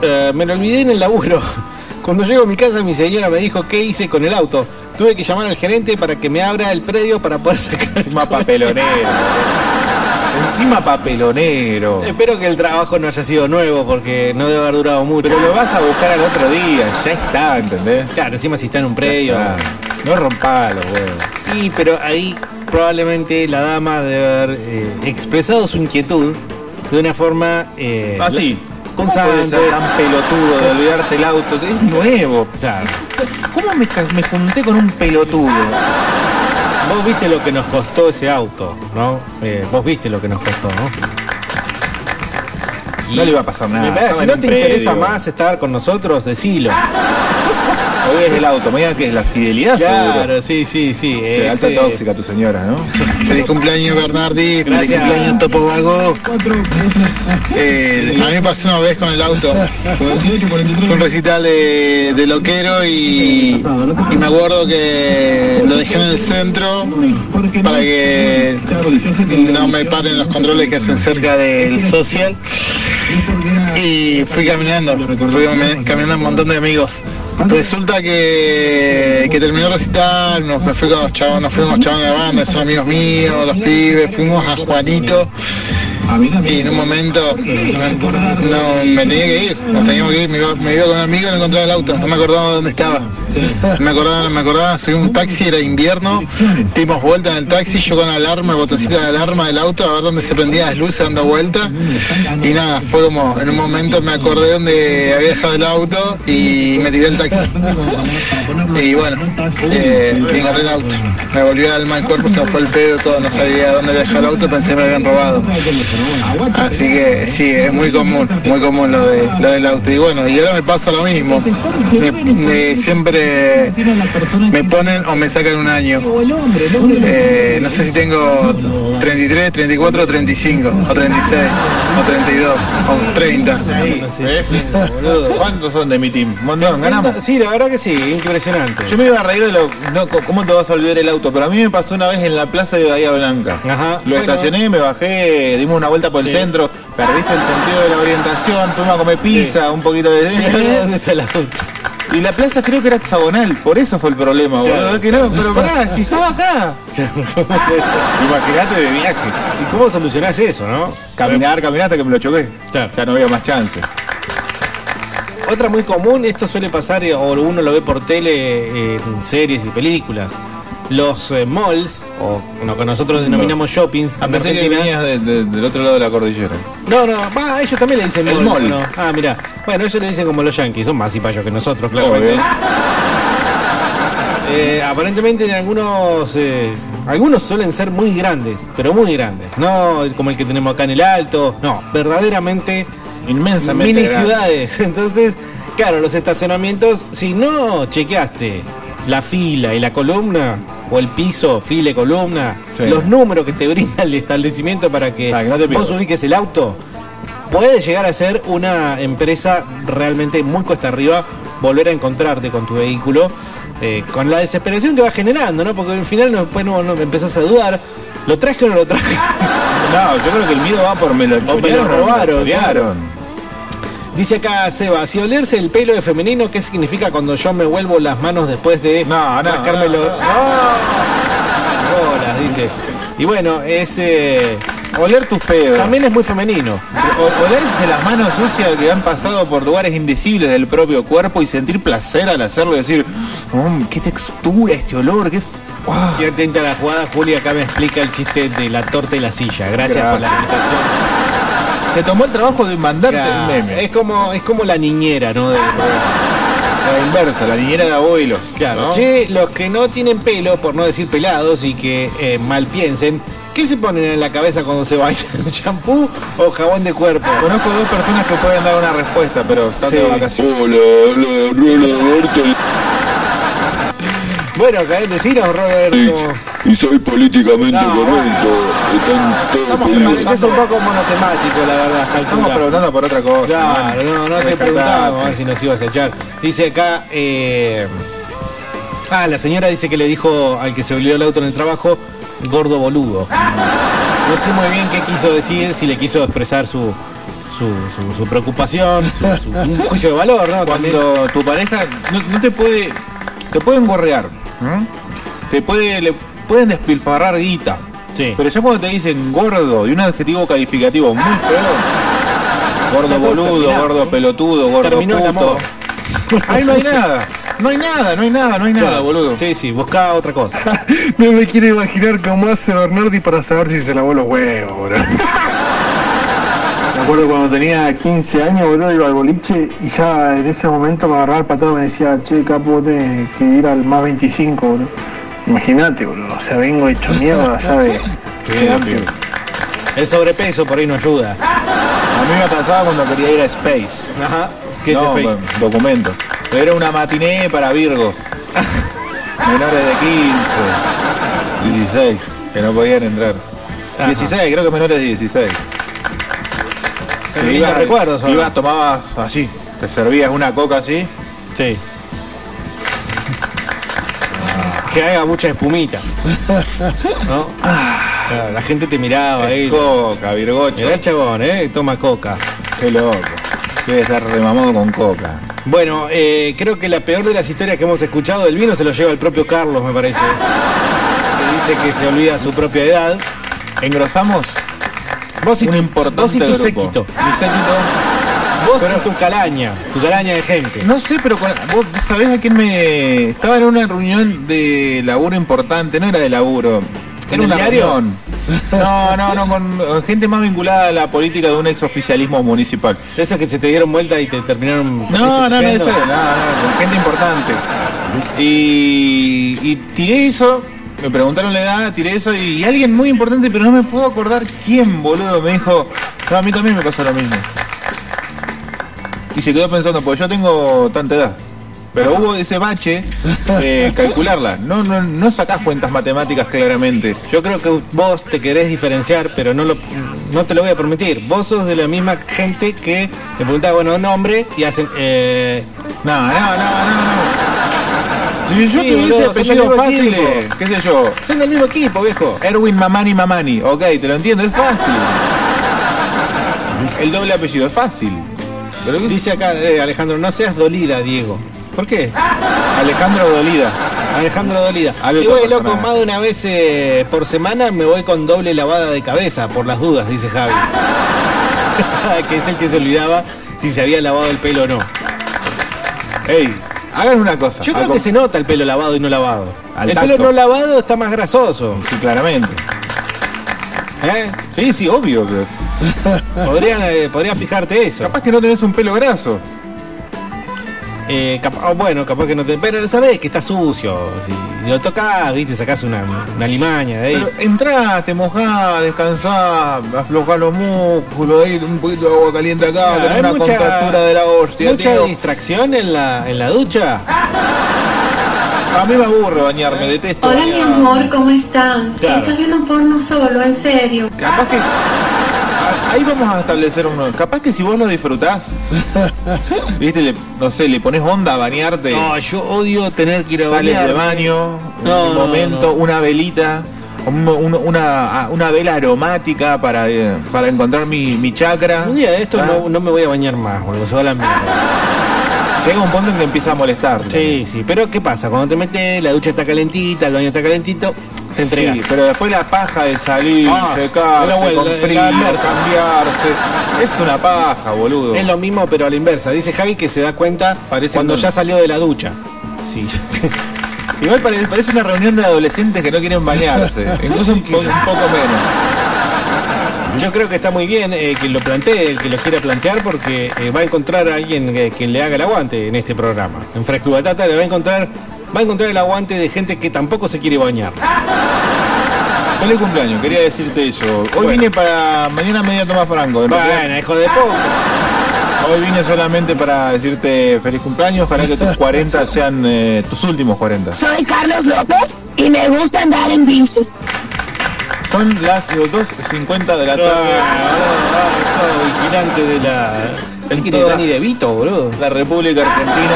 S5: eh, me lo olvidé en el laburo. (laughs) Cuando llego a mi casa, mi señora me dijo qué hice con el auto. Tuve que llamar al gerente para que me abra el predio para poder (laughs) sacar el
S7: Encima
S5: coche.
S7: papelonero. Encima papelonero.
S5: Espero que el trabajo no haya sido nuevo porque no debe haber durado mucho.
S7: Pero lo vas a buscar al otro día, ya está, ¿entendés?
S5: Claro, encima si está en un predio.
S7: Ah, no rompalo, huevos.
S5: Y pero ahí probablemente la dama debe haber eh, expresado su inquietud de una forma eh,
S7: Así. Ah, ¿Cómo
S5: punzante.
S7: puedes ser tan pelotudo de olvidarte el auto? Es nuevo.
S5: Claro.
S7: ¿Cómo me, ca- me junté con un pelotudo?
S5: Vos viste lo que nos costó ese auto, ¿no? Eh, vos viste lo que nos costó, ¿no?
S7: No le iba a pasar nada.
S5: Me parece,
S7: Ah, estaba
S5: si
S7: en
S5: no
S7: un
S5: te interesa
S7: predio. Ah,
S5: más estar con nosotros, decilo.
S7: Hoy es el auto, me digan que es la fidelidad seguro.
S5: Claro, sí, sí, sí.
S7: Que alta
S5: ese-
S7: tóxica tu señora, ¿no?
S2: Feliz cumpleaños Bernardi, feliz
S5: Gracias.
S2: cumpleaños Topo Vago. Eh, a mí me pasó una vez con el auto, Fue un recital de, de loquero y, y me acuerdo que lo dejé en el centro para que no me paren los controles que hacen cerca del social y fui caminando, fui cami- caminando un montón de amigos. Resulta que, que terminó el recital, nos, me fui con los chavos, nos fuimos chavos de la banda, son amigos míos, los pibes, fuimos a Juanito. Y en un momento no, me tenía que ir, nos teníamos que ir, me iba, me iba con un amigo y no encontraba el auto, no me acordaba dónde estaba. Me acordaba, me acordaba, subí un taxi, era invierno, dimos vuelta en el taxi, yo con la alarma, el botoncito de alarma del auto, a ver dónde se prendían las luces dando vuelta. Y nada, fue como, en un momento me acordé dónde había dejado el auto y me tiré el taxi. Y bueno, eh, encontré el auto. Me volvió el alma al cuerpo, se me fue el pedo, todo, no sabía dónde había dejado el auto, pensé que me habían robado. Así que sí, es muy común, muy común lo, de, lo del auto. Y bueno, y ahora me pasa lo mismo. Me- me- siempre me ponen o me sacan un año. Eh, no sé si tengo 33, 34, 35, o 36, o 32, o 30.
S7: ¿Eh? ¿Cuántos son de mi team? Un montón, ganamos.
S5: Sí, la verdad que sí, impresionante. (laughs)
S7: Yo me iba a reír de lo. No, co- ¿Cómo te vas a olvidar el auto? Pero a mí me pasó una vez en la plaza de Bahía Blanca.
S5: Ajá. bueno.
S7: Lo estacioné, me bajé, dimos una vuelta por el
S5: Sí.
S7: centro, perdiste el sentido de la orientación, fuimos a comer pizza, un poquito de...
S5: (laughs) ¿Dónde está la
S7: (laughs) Y la plaza creo que era hexagonal, por eso fue el problema,
S5: Claro,
S7: boludo. Que no,
S5: claro.
S7: pero pará, si estaba acá. Imagínate de viaje.
S5: ¿Y cómo solucionás eso, no?
S7: Caminar, caminar hasta que me lo choqué. Ya no había más chance.
S5: Otra muy común, esto suele pasar eh, o uno lo ve por tele eh, en series y películas. Los eh, malls, o lo que nosotros denominamos shoppings.
S7: A
S5: en
S7: pesar Ah, que
S5: Argentina.
S7: venías de- de- del otro lado de la cordillera.
S5: No, no, va, ellos también le dicen
S7: El mall.
S5: ¿no? Ah, mira. Bueno, ellos le dicen como los yankees, son más cipayos que nosotros, claramente. Eh, aparentemente en algunos eh, algunos suelen ser muy grandes, pero muy grandes. No como el que tenemos acá en el Alto, no, verdaderamente
S7: inmensamente
S5: mini
S7: grandes.
S5: ciudades. (laughs) Entonces, claro, los estacionamientos, si no chequeaste la fila y la columna o el piso, fila y columna,
S7: Sí.
S5: los números que te brinda el establecimiento para que,
S7: no te
S5: vos
S7: pierdas.
S5: ubiques el auto, puede llegar a ser una empresa realmente muy cuesta arriba volver a encontrarte con tu vehículo, eh, con la desesperación que va generando, ¿no? Porque al final no, después no, no empezás a dudar, ¿lo traje o no lo traje? (laughs)
S7: No, yo creo que el miedo va por me lo
S5: O me lo
S7: chorearon,
S5: robaron,
S7: chorearon.
S5: Dice acá Seba, si olerse el pelo de femenino, ¿qué significa cuando yo me vuelvo las manos después de
S7: no,
S5: mascármelo?
S7: no,
S5: ¡No! Bolas, dice. Y bueno, es... eh,
S7: Oler tus pedos.
S5: También es muy femenino.
S7: O- Olerse las manos sucias que han pasado por lugares indecibles del propio cuerpo y sentir placer al hacerlo y decir, "Mm, qué textura este olor, qué... Ah.
S5: Qué atenta a la jugada, Julia acá me explica el chiste de la torta y la silla. Gracias, por la
S7: Gracias.
S5: invitación.
S7: Se tomó el trabajo de mandarte
S5: Claro,
S7: el meme. Ah,
S5: Es como, es como la niñera, ¿no? De-
S7: La inversa, la niñera de abuelos.
S5: Claro.
S7: ¿no?
S5: Che, los que no tienen pelo, por no decir pelados y que eh, mal piensen, ¿qué se ponen en la cabeza cuando se bañan? (laughs) ¿Champú o jabón de cuerpo?
S7: Conozco dos personas que pueden dar una respuesta, pero están de
S5: Sí.
S7: vacaciones.
S6: Hola, hola, Ronald Ortolix.
S5: Bueno, acabé de deciros, Roberto.
S6: Y soy políticamente correcto. Están todos peleados.
S5: Pareces un poco monotemático, la verdad, hasta
S7: Estamos preguntando por otra cosa.
S5: Claro, no,
S7: man.
S5: no te
S7: Descartate.
S5: preguntamos a ver si nos ibas a echar. Dice acá. eh, Ah, la señora dice que le dijo al que se olvidó el auto en el trabajo, gordo boludo. No sé muy bien qué quiso decir, si le quiso expresar su, su, su- su preocupación, su, su- un juicio de valor, ¿no? También.
S7: Cuando tu pareja no, no te puede. Te pueden gorrear. ¿m? Te puede, le pueden despilfarrar guita. Pero ya cuando te dicen gordo y un adjetivo calificativo muy feo. Gordo
S5: Está todo
S7: boludo,
S5: terminado,
S7: gordo pelotudo, gordo
S5: Terminó el
S7: puto.
S5: amor. (laughs)
S7: Ahí no hay nada. No hay nada, no hay nada, no hay nada,
S5: Claro.
S7: boludo.
S5: Sí, sí, busca otra cosa.
S22: (laughs) No me quiero imaginar cómo hace Bernardi para saber si se lavó los huevos, bro. Me acuerdo cuando tenía 15 años, boludo, iba al boliche y ya en ese momento me agarraba el patado y me decía, che, capo, vos tenés que ir al más 25, boludo. Imagínate, boludo, o sea, vengo hecho mierda, ya de...
S5: El sobrepeso por ahí no ayuda.
S7: A mí me pasaba cuando quería ir a Space.
S5: Ajá. ¿Qué es
S7: No,
S5: Space?
S7: bueno, documento. Era una matiné
S5: (laughs)
S7: para virgos. Menores de 15, 16, que no podían entrar.
S5: Ah,
S7: 16, creo que menores de 16.
S5: Qué
S7: Que
S5: lindos
S7: ibas-
S5: recuerdos, ahora.
S7: Ibas, tomabas así, te servías una coca así.
S5: Sí. Que haga mucha espumita. ¿No? Claro, La gente te miraba ahí.
S7: Coca, virgocho.
S5: Mirá el chabón, eh, toma coca.
S7: Qué loco. Debe estar remamado con coca.
S5: Bueno, eh, creo que la peor de las historias que hemos escuchado del vino se lo lleva el propio Carlos, me parece. Que dice que se olvida su propia edad.
S7: Engrosamos
S5: vos y
S7: un
S5: tu,
S7: importante
S5: vos y tu
S7: grupo.
S5: séquito.
S7: Mi séquito.
S5: Vos y tu calaña, tu calaña de gente.
S7: No sé, pero con- vos sabés a quién me. Estaba en una reunión de laburo importante, no era de laburo.
S5: ¿En
S7: Era
S5: el
S7: una
S5: diario?
S7: reunión. No, no, no, con con gente más vinculada a la política de un exoficialismo municipal.
S5: Esos que se te dieron vuelta y te terminaron.
S7: No, no, no,
S5: yendo.
S7: eso, no, no, con gente importante. Y, y tiré eso, me preguntaron la edad, tiré eso y alguien muy importante, pero no me puedo acordar quién, boludo, me dijo, no, a mí también me pasó lo mismo. Y se quedó pensando, pues yo tengo tanta edad. Pero hubo ese bache, eh, calcularla. No, no, no sacás cuentas matemáticas claramente.
S5: Yo creo que vos te querés diferenciar, pero no, lo, no te lo voy a permitir. Vos sos de la misma gente que le preguntás, bueno, nombre y hacen. Eh...
S7: No, no, no, no. Si yo
S5: Sí,
S7: tuviese
S5: boludo, son
S7: apellidos
S5: del mismo
S7: fáciles,
S5: equipo.
S7: qué sé yo.
S5: Son del mismo equipo, viejo.
S7: Erwin Mamani Mamani, ok, te lo entiendo, es fácil. el doble apellido, es fácil.
S5: Dice acá, eh, Alejandro, no seas dolida, Diego. ¿Por qué?
S7: Alejandro Dolida.
S5: Alejandro Dolida.
S7: Algo
S5: y voy,
S7: para
S5: loco,
S7: nada.
S5: más de una vez eh, por semana me voy con doble lavada de cabeza, por las dudas, dice Javi. (laughs) que es el que se olvidaba si se había lavado el pelo o no.
S7: Ey, hagan una cosa.
S5: Yo
S7: Al
S5: creo
S7: com-
S5: que se nota el pelo lavado y no lavado.
S7: Al
S5: el
S7: tacto.
S5: pelo no lavado está más grasoso.
S7: Sí, claramente.
S5: ¿Eh?
S7: Sí, sí, obvio. que-
S5: Podrían, eh, podría fijarte eso.
S7: Capaz que no tenés un pelo graso.
S5: Eh, capa- oh, bueno, capaz que no te. Pero sabés que está sucio. Si lo tocas, viste, sacás una, una limaña de ahí.
S7: Pero entrá, te mojá, descansá, aflojá los músculos, ahí, un poquito de agua caliente acá,
S5: Claro,
S7: ah, tenés
S5: Ah, hay
S7: una
S5: mucha-
S7: contractura de la hostia,
S5: Mucha
S7: tío.
S5: distracción en la, en la ducha.
S7: A mí me aburre bañarme, detesto.
S3: Hola mi
S7: bañarme.
S3: amor, ¿cómo están?
S7: Claro.
S3: Estás viendo porno solo, en serio.
S7: Capaz que. a- Ahí vamos a establecer uno. Capaz que si vos
S5: (laughs)
S7: lo disfrutás, viste, le- no sé, le pones onda a bañarte.
S5: No, yo odio tener que ir a
S7: sales
S5: bañar.
S7: de baño,
S5: No,
S7: un
S5: no,
S7: momento,
S5: no.
S7: una velita, un- un- una, ah, una vela aromática para, eh, para encontrar mi, mi chakra.
S5: Un día de esto
S7: Ah.
S5: no, no me voy a bañar más, boludo, se va la mierda.
S7: Llega un punto en que empieza a molestar.
S5: Sí, sí, pero ¿qué pasa? Cuando te metes, la ducha está calentita, el baño está calentito, te entregas.
S7: Sí, pero después la paja de salir,
S5: Ah,
S7: secarse,
S5: la vuelta,
S7: con
S5: la-
S7: frío,
S5: la inversa.
S7: cambiarse. Es una paja, boludo.
S5: Es lo mismo, pero a la inversa. Dice Javi que se da cuenta cuando
S7: un-
S5: ya salió de la ducha. Sí.
S7: Igual pare- parece una reunión de adolescentes que no quieren bañarse. Incluso un, po- un poco menos.
S5: Yo creo que está muy bien eh, que lo plantee, el que lo quiera plantear, porque eh, va a encontrar a alguien que, que le haga el aguante en este programa. En Fresco y Batata le va a encontrar, va a encontrar el aguante de gente que tampoco se quiere bañar.
S7: Feliz cumpleaños, quería decirte eso. Hoy
S5: Bueno.
S7: vine para. Mañana me voy a tomar franco. en realidad.
S5: Bueno, hijo de poco.
S7: Hoy vine solamente para decirte feliz cumpleaños. Ojalá que tus 40 sean eh, tus últimos 40.
S4: Soy Carlos López y me gusta andar en bici.
S7: Son las 2.50 de la tarde.
S5: Eso, vigilante de la.
S7: En
S5: que
S7: toda-
S5: ni de Vito, boludo.
S7: La República Argentina.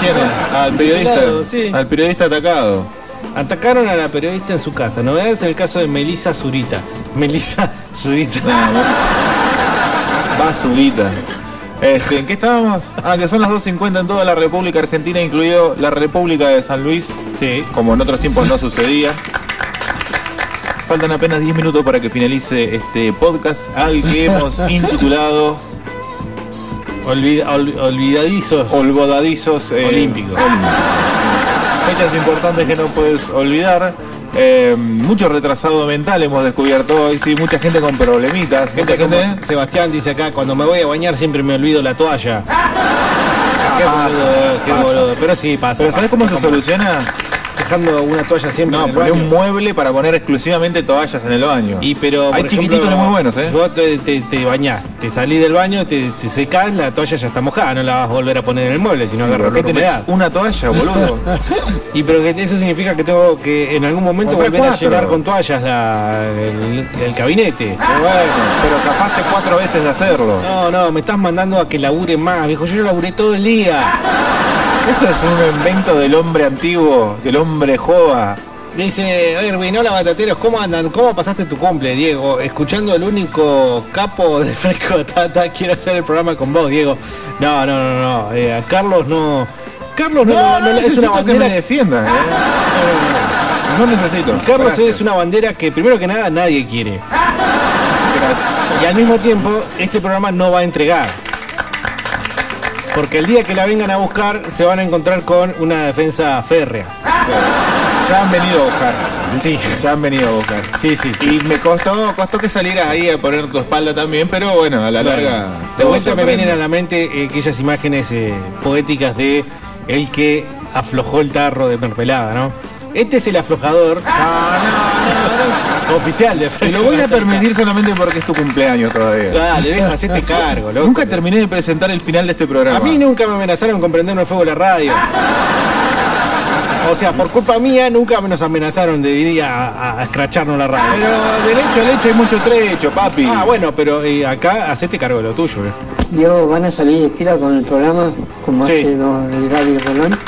S7: ¿Quién es? Al periodista. Al periodista atacado.
S5: Atacaron a la periodista en su casa. Novedades en el caso de Melissa Zurita. Melissa Zurita.
S7: Basurita. Este, ¿En qué estábamos? Ah, que son las 2.50 en toda la República Argentina, incluido la República de San Luis.
S5: Sí.
S7: Como en otros tiempos no sucedía. Faltan apenas 10 minutos para que finalice este podcast al que (laughs) hemos intitulado
S5: Olvida- ol- olvidadizos.
S7: Olvodadizos eh,
S5: Olímpicos.
S7: olímpicos. Fechas importantes que no puedes olvidar. Eh, mucho retrasado mental hemos descubierto hoy, sí, mucha gente con problemitas.
S5: Gente
S7: Mucha
S5: como
S7: gente.
S5: Sebastián dice acá, cuando me voy a bañar siempre me olvido la toalla.
S7: Ah,
S5: qué
S7: pasa,
S5: boludo, eh, qué
S7: pasa.
S5: boludo. Pero sí, pasa.
S7: Pero
S5: pasa,
S7: ¿sabes cómo se
S5: pasa.
S7: soluciona?
S5: Dejando una toalla siempre.
S7: No,
S5: en el
S7: poner
S5: baño.
S7: un mueble para poner exclusivamente toallas en el baño.
S5: Y pero.
S7: Hay
S5: por
S7: chiquititos
S5: ejemplo,
S7: y muy buenos, ¿eh?
S5: Vos te, te, te bañás, te salís del baño, te, te secás, la toalla ya está mojada, no la vas a volver a poner en el mueble, sino agarras
S7: ¿Por qué
S5: la
S7: tenés
S5: humedad.
S7: una
S5: (laughs)
S7: toalla, boludo?
S5: Y pero que eso significa que tengo que en algún momento
S7: Compré
S5: volver a
S7: cuatro. Ah.
S5: llenar con toallas la- el, el gabinete.
S7: Pero bueno, pero zafaste cuatro veces de hacerlo.
S5: No, no, me estás mandando a que labure más, viejo. Yo laburé todo el día.
S7: Eso es un invento del hombre antiguo, del hombre joa.
S5: Dice Erwin, hola batateros, ¿cómo andan? ¿Cómo pasaste tu cumple, Diego? Escuchando el único capo de Fresco Tata, quiero hacer el programa con vos, Diego. No, no, no, no. eh, a Carlos no. Carlos no, no, no, es una
S7: necesito que
S5: bandera.
S7: me defiendas, ¿eh? No necesito.
S5: Carlos
S7: Gracias.
S5: es una bandera que primero que nada nadie quiere.
S7: Gracias.
S5: Y al mismo tiempo, este programa no va a entregar. Porque el día que la vengan a buscar, se van a encontrar con una defensa férrea.
S7: Ya han venido a buscar.
S5: Sí.
S7: Ya han venido a buscar.
S5: Sí, sí.
S7: Y me costó, costó que salieras ahí a poner tu espalda también, pero bueno, a la
S5: Bueno,
S7: larga.
S5: de
S7: todo
S5: vuelta
S7: se
S5: me
S7: aprende.
S5: vienen a la mente eh, aquellas imágenes eh, poéticas de el que aflojó el tarro de mermelada, ¿no? Este es el aflojador
S7: Ah,
S5: oficial de
S7: Te lo voy a permitir solamente porque es tu cumpleaños todavía.
S5: Dale, viejo, hacete cargo, loco.
S7: Nunca terminé de presentar el final de este programa.
S5: A mí nunca me amenazaron con prenderme fuego la radio. O sea, por culpa mía nunca nos amenazaron de ir a, a- a escracharnos la radio.
S7: Pero del hecho al hecho hay mucho trecho, papi.
S5: Ah, bueno, pero eh, acá hacete cargo de lo tuyo, eh.
S11: Diego, ¿van a salir de fila con el programa como
S5: Sí.
S11: hace don el Gaby Rolón?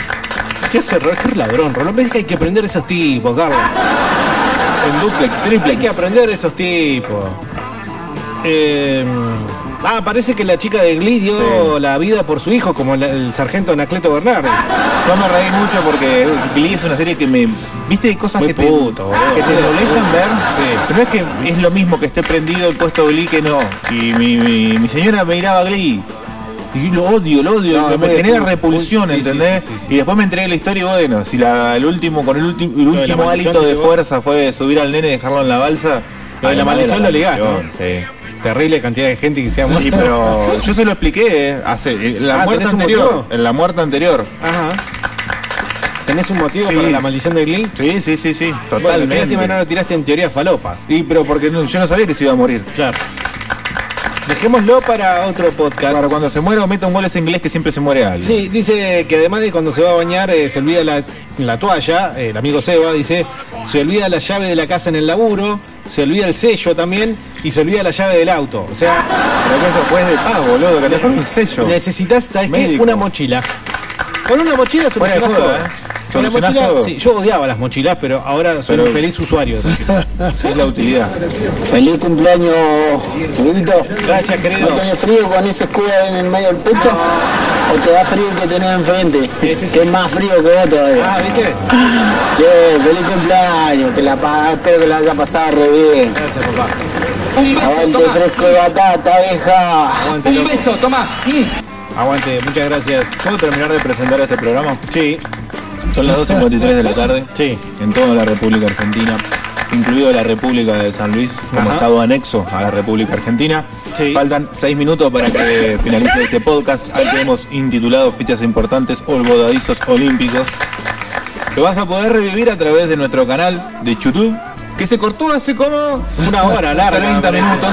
S5: ¿Qué hace Rolón? ¿Qué ladrón? Rolón, ves que hay que aprender esos tipos, Carlos.
S7: En duplex,
S5: Hay que aprender esos tipos. Eh, Ah, parece que la chica de Glee dio la vida por su hijo, como la- el sargento Anacleto Bernardi.
S7: Yo me reí mucho porque Glee es una serie que me. ¿Viste? Hay cosas que, te, que te molestan ver. Pero es que es lo mismo que esté prendido el puesto Glee que no. Y mi, mi- mi señora me miraba Glee. Y lo odio, lo odio,
S5: No,
S7: me-
S5: es
S7: me
S5: muy-
S7: genera
S5: muy-
S7: repulsión,
S5: sí, sí,
S7: ¿entendés? Y después me entregué la historia y bueno, si la, el último, con el, ulti- el
S5: de la
S7: último
S5: maldición
S7: hálito
S5: que
S7: de
S5: llevó.
S7: fuerza fue subir al nene y dejarlo en la balsa.
S5: Lo de la
S7: además
S5: maldición lo ligás, ¿no?
S7: maldición, sí.
S5: Terrible cantidad de gente que se ha muerto.
S7: Sí, pero yo se lo expliqué eh, hace, en la
S5: Ah,
S7: muerte
S5: ¿tenés un
S7: anterior.
S5: motivo?
S7: En la muerte anterior.
S5: Ajá. ¿Tenés un motivo
S7: Sí.
S5: para la maldición de Glee?
S7: Sí, sí, sí, sí.
S5: Bueno, qué lástima
S7: Totalmente.
S5: no lo tiraste en teoría falopas.
S7: Y pero porque no- yo no sabía que se iba a morir.
S5: Claro. Dejémoslo para otro podcast.
S7: Para cuando se muera, meta un gol ese inglés que siempre se muere alguien.
S5: Sí, dice que además de cuando se va a bañar eh, se olvida la, la toalla, eh, el amigo Seba dice, se olvida la llave de la casa en el laburo, se olvida el sello también y se olvida la llave del auto. O sea,
S7: pero que eso fue de pago, boludo, que andás con un sello.
S5: Necesitas, ¿sabes qué?
S7: Médico.
S5: Una mochila. Con una mochila
S7: Fuera de
S5: solucionás todo.
S7: joda, ¿eh?
S5: Con la
S7: Solucionás
S5: mochila,
S7: todo.
S5: sí, yo odiaba las mochilas, pero ahora soy
S7: Pero-
S5: un feliz usuario.
S7: Es la utilidad.
S2: Feliz cumpleaños, Dieguito.
S5: Gracias, querido.
S2: ¿No tenés frío con ese escudo ahí en el medio del pecho? ¿O te da frío el que tenés enfrente? Que es más frío que vos todavía.
S5: Ah, ¿viste?
S2: Che, feliz cumpleaños. Que la, pa- espero que la haya pasado re bien.
S5: Gracias, papá.
S2: Un beso, Aguante fresco de batata, vieja.
S5: Un beso, toma. Aguante, muchas gracias.
S7: ¿Puedo terminar de presentar este programa?
S5: Sí.
S7: Son las 2.53 de la tarde.
S5: Sí.
S7: En toda la República Argentina, incluido la República de San Luis, como
S5: Ajá.
S7: estado anexo a la República Argentina.
S5: Sí.
S7: Faltan 6 minutos para que finalice este podcast, al que hemos intitulado Fichas Importantes o Bodadizos Olímpicos. Lo vas a poder revivir a través de nuestro canal de YouTube, que se cortó hace como...
S5: Una hora larga,
S7: 30
S5: me parece.
S7: minutos.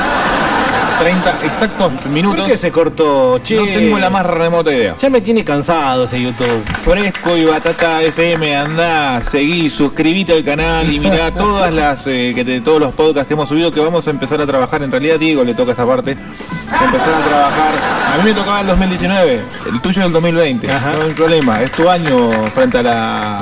S7: 30 exactos minutos.
S5: ¿Por qué se cortó, che?
S7: No tengo la más remota idea.
S5: Ya me tiene cansado ese YouTube.
S7: Fresco y Batata FM, andá, seguí, suscribite al canal y mirá todas las eh, que te- todos los podcasts que hemos subido que vamos a empezar a trabajar. En realidad Diego le toca esta parte. Empezar a trabajar. A mí me tocaba el 2019, el tuyo es el 2020. No hay problema, es tu año frente a la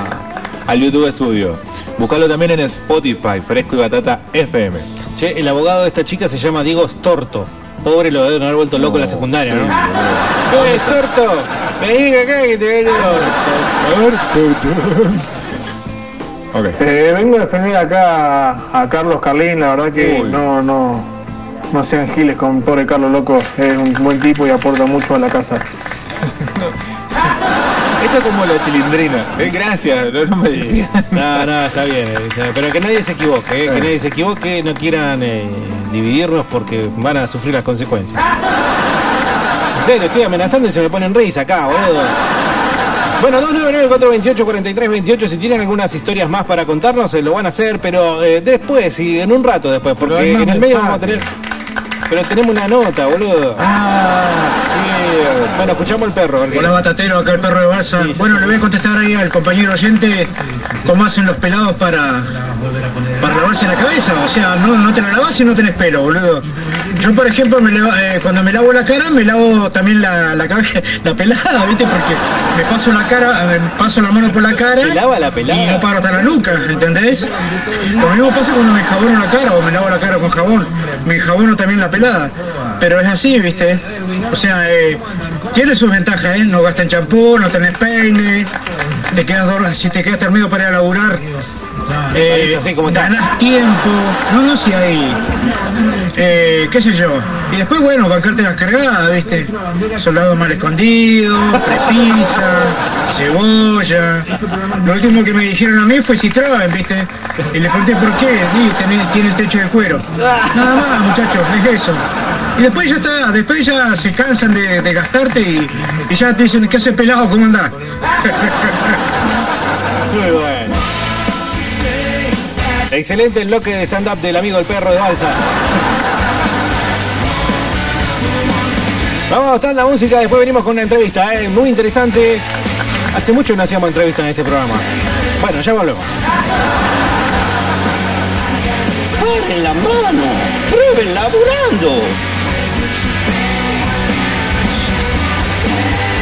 S7: al YouTube Studio. Buscalo también en Spotify, Fresco y Batata FM.
S5: Che, el abogado de esta chica se llama Diego Storto. Pobre lo deben haber vuelto loco en la secundaria, ¿no? ¡Eh, Storto! Vení acá que te veo
S7: A ver, perdón. Ok.
S22: Eh, vengo a defender acá a, a Carlos Carlín, la verdad que no, no, no sean giles con pobre Carlos Loco, es un buen tipo y aporta mucho a la casa.
S7: Esto es como la chilindrina. Eh, gracias, no, no
S5: (laughs)
S7: me digas.
S5: No, no, está bien. eh, está bien. Pero que nadie se equivoque, eh, que nadie se equivoque, no quieran eh, dividirnos porque van a sufrir las consecuencias. En serio, estoy amenazando y se me ponen risa acá, boludo. Bueno, 299-428-4328, si tienen algunas historias más para contarnos, eh, lo van a hacer, pero eh, después, y en un rato después,
S7: Pero
S5: porque
S7: es más
S5: en el medio vamos a
S7: mensaje.
S5: tener... Pero tenemos una nota, boludo.
S7: Ah,
S5: Bueno, escuchamos el perro. a ver qué
S23: Hola
S5: dice.
S23: Batatero, acá el perro de Barça. bueno, le voy a contestar ahí al compañero oyente cómo hacen los pelados para, para lavarse la cabeza. O sea, no, no te la lavas y no tenés pelo, boludo. Yo, por ejemplo, me lavo- eh, cuando me lavo la cara, me lavo también la, la cabeza, (laughs) la pelada, ¿viste? Porque me paso la cara, eh, paso la mano por la cara.
S5: Se lava la pelada.
S23: Y no paro hasta la nuca, ¿entendés? Lo mismo pasa cuando me enjabono la cara o me lavo la cara con jabón. Me enjabono también la pelada. Pero es así, ¿viste? O sea, eh, tiene sus ventajas, ¿eh? No gastan champú, no tenés peine, te quedas dor- si te quedas dormido para ir a laburar. Eh,
S5: Salís así como está.
S23: ganás tiempo, no, no, si hay, eh, qué sé yo. Y después, bueno, bancarte las cargadas, ¿viste? Soldado mal escondido, pizza, cebolla. Lo último que me dijeron a mí fue si traban, ¿viste? Y le pregunté por qué, y tiene, tiene el techo de cuero. Nada más, muchachos, es eso. Y después ya está, después ya se cansan de, de gastarte y, y ya te dicen, ¿qué hace pelado? ¿Cómo andás?
S5: Muy bueno. Excelente el bloque de stand-up del amigo el perro de balsa. Vamos, tanda música, después venimos con una entrevista, ¿eh? muy interesante. Hace mucho no hacíamos entrevista en este programa. Bueno, ya volvemos.
S12: Paren la mano, prueben laburando.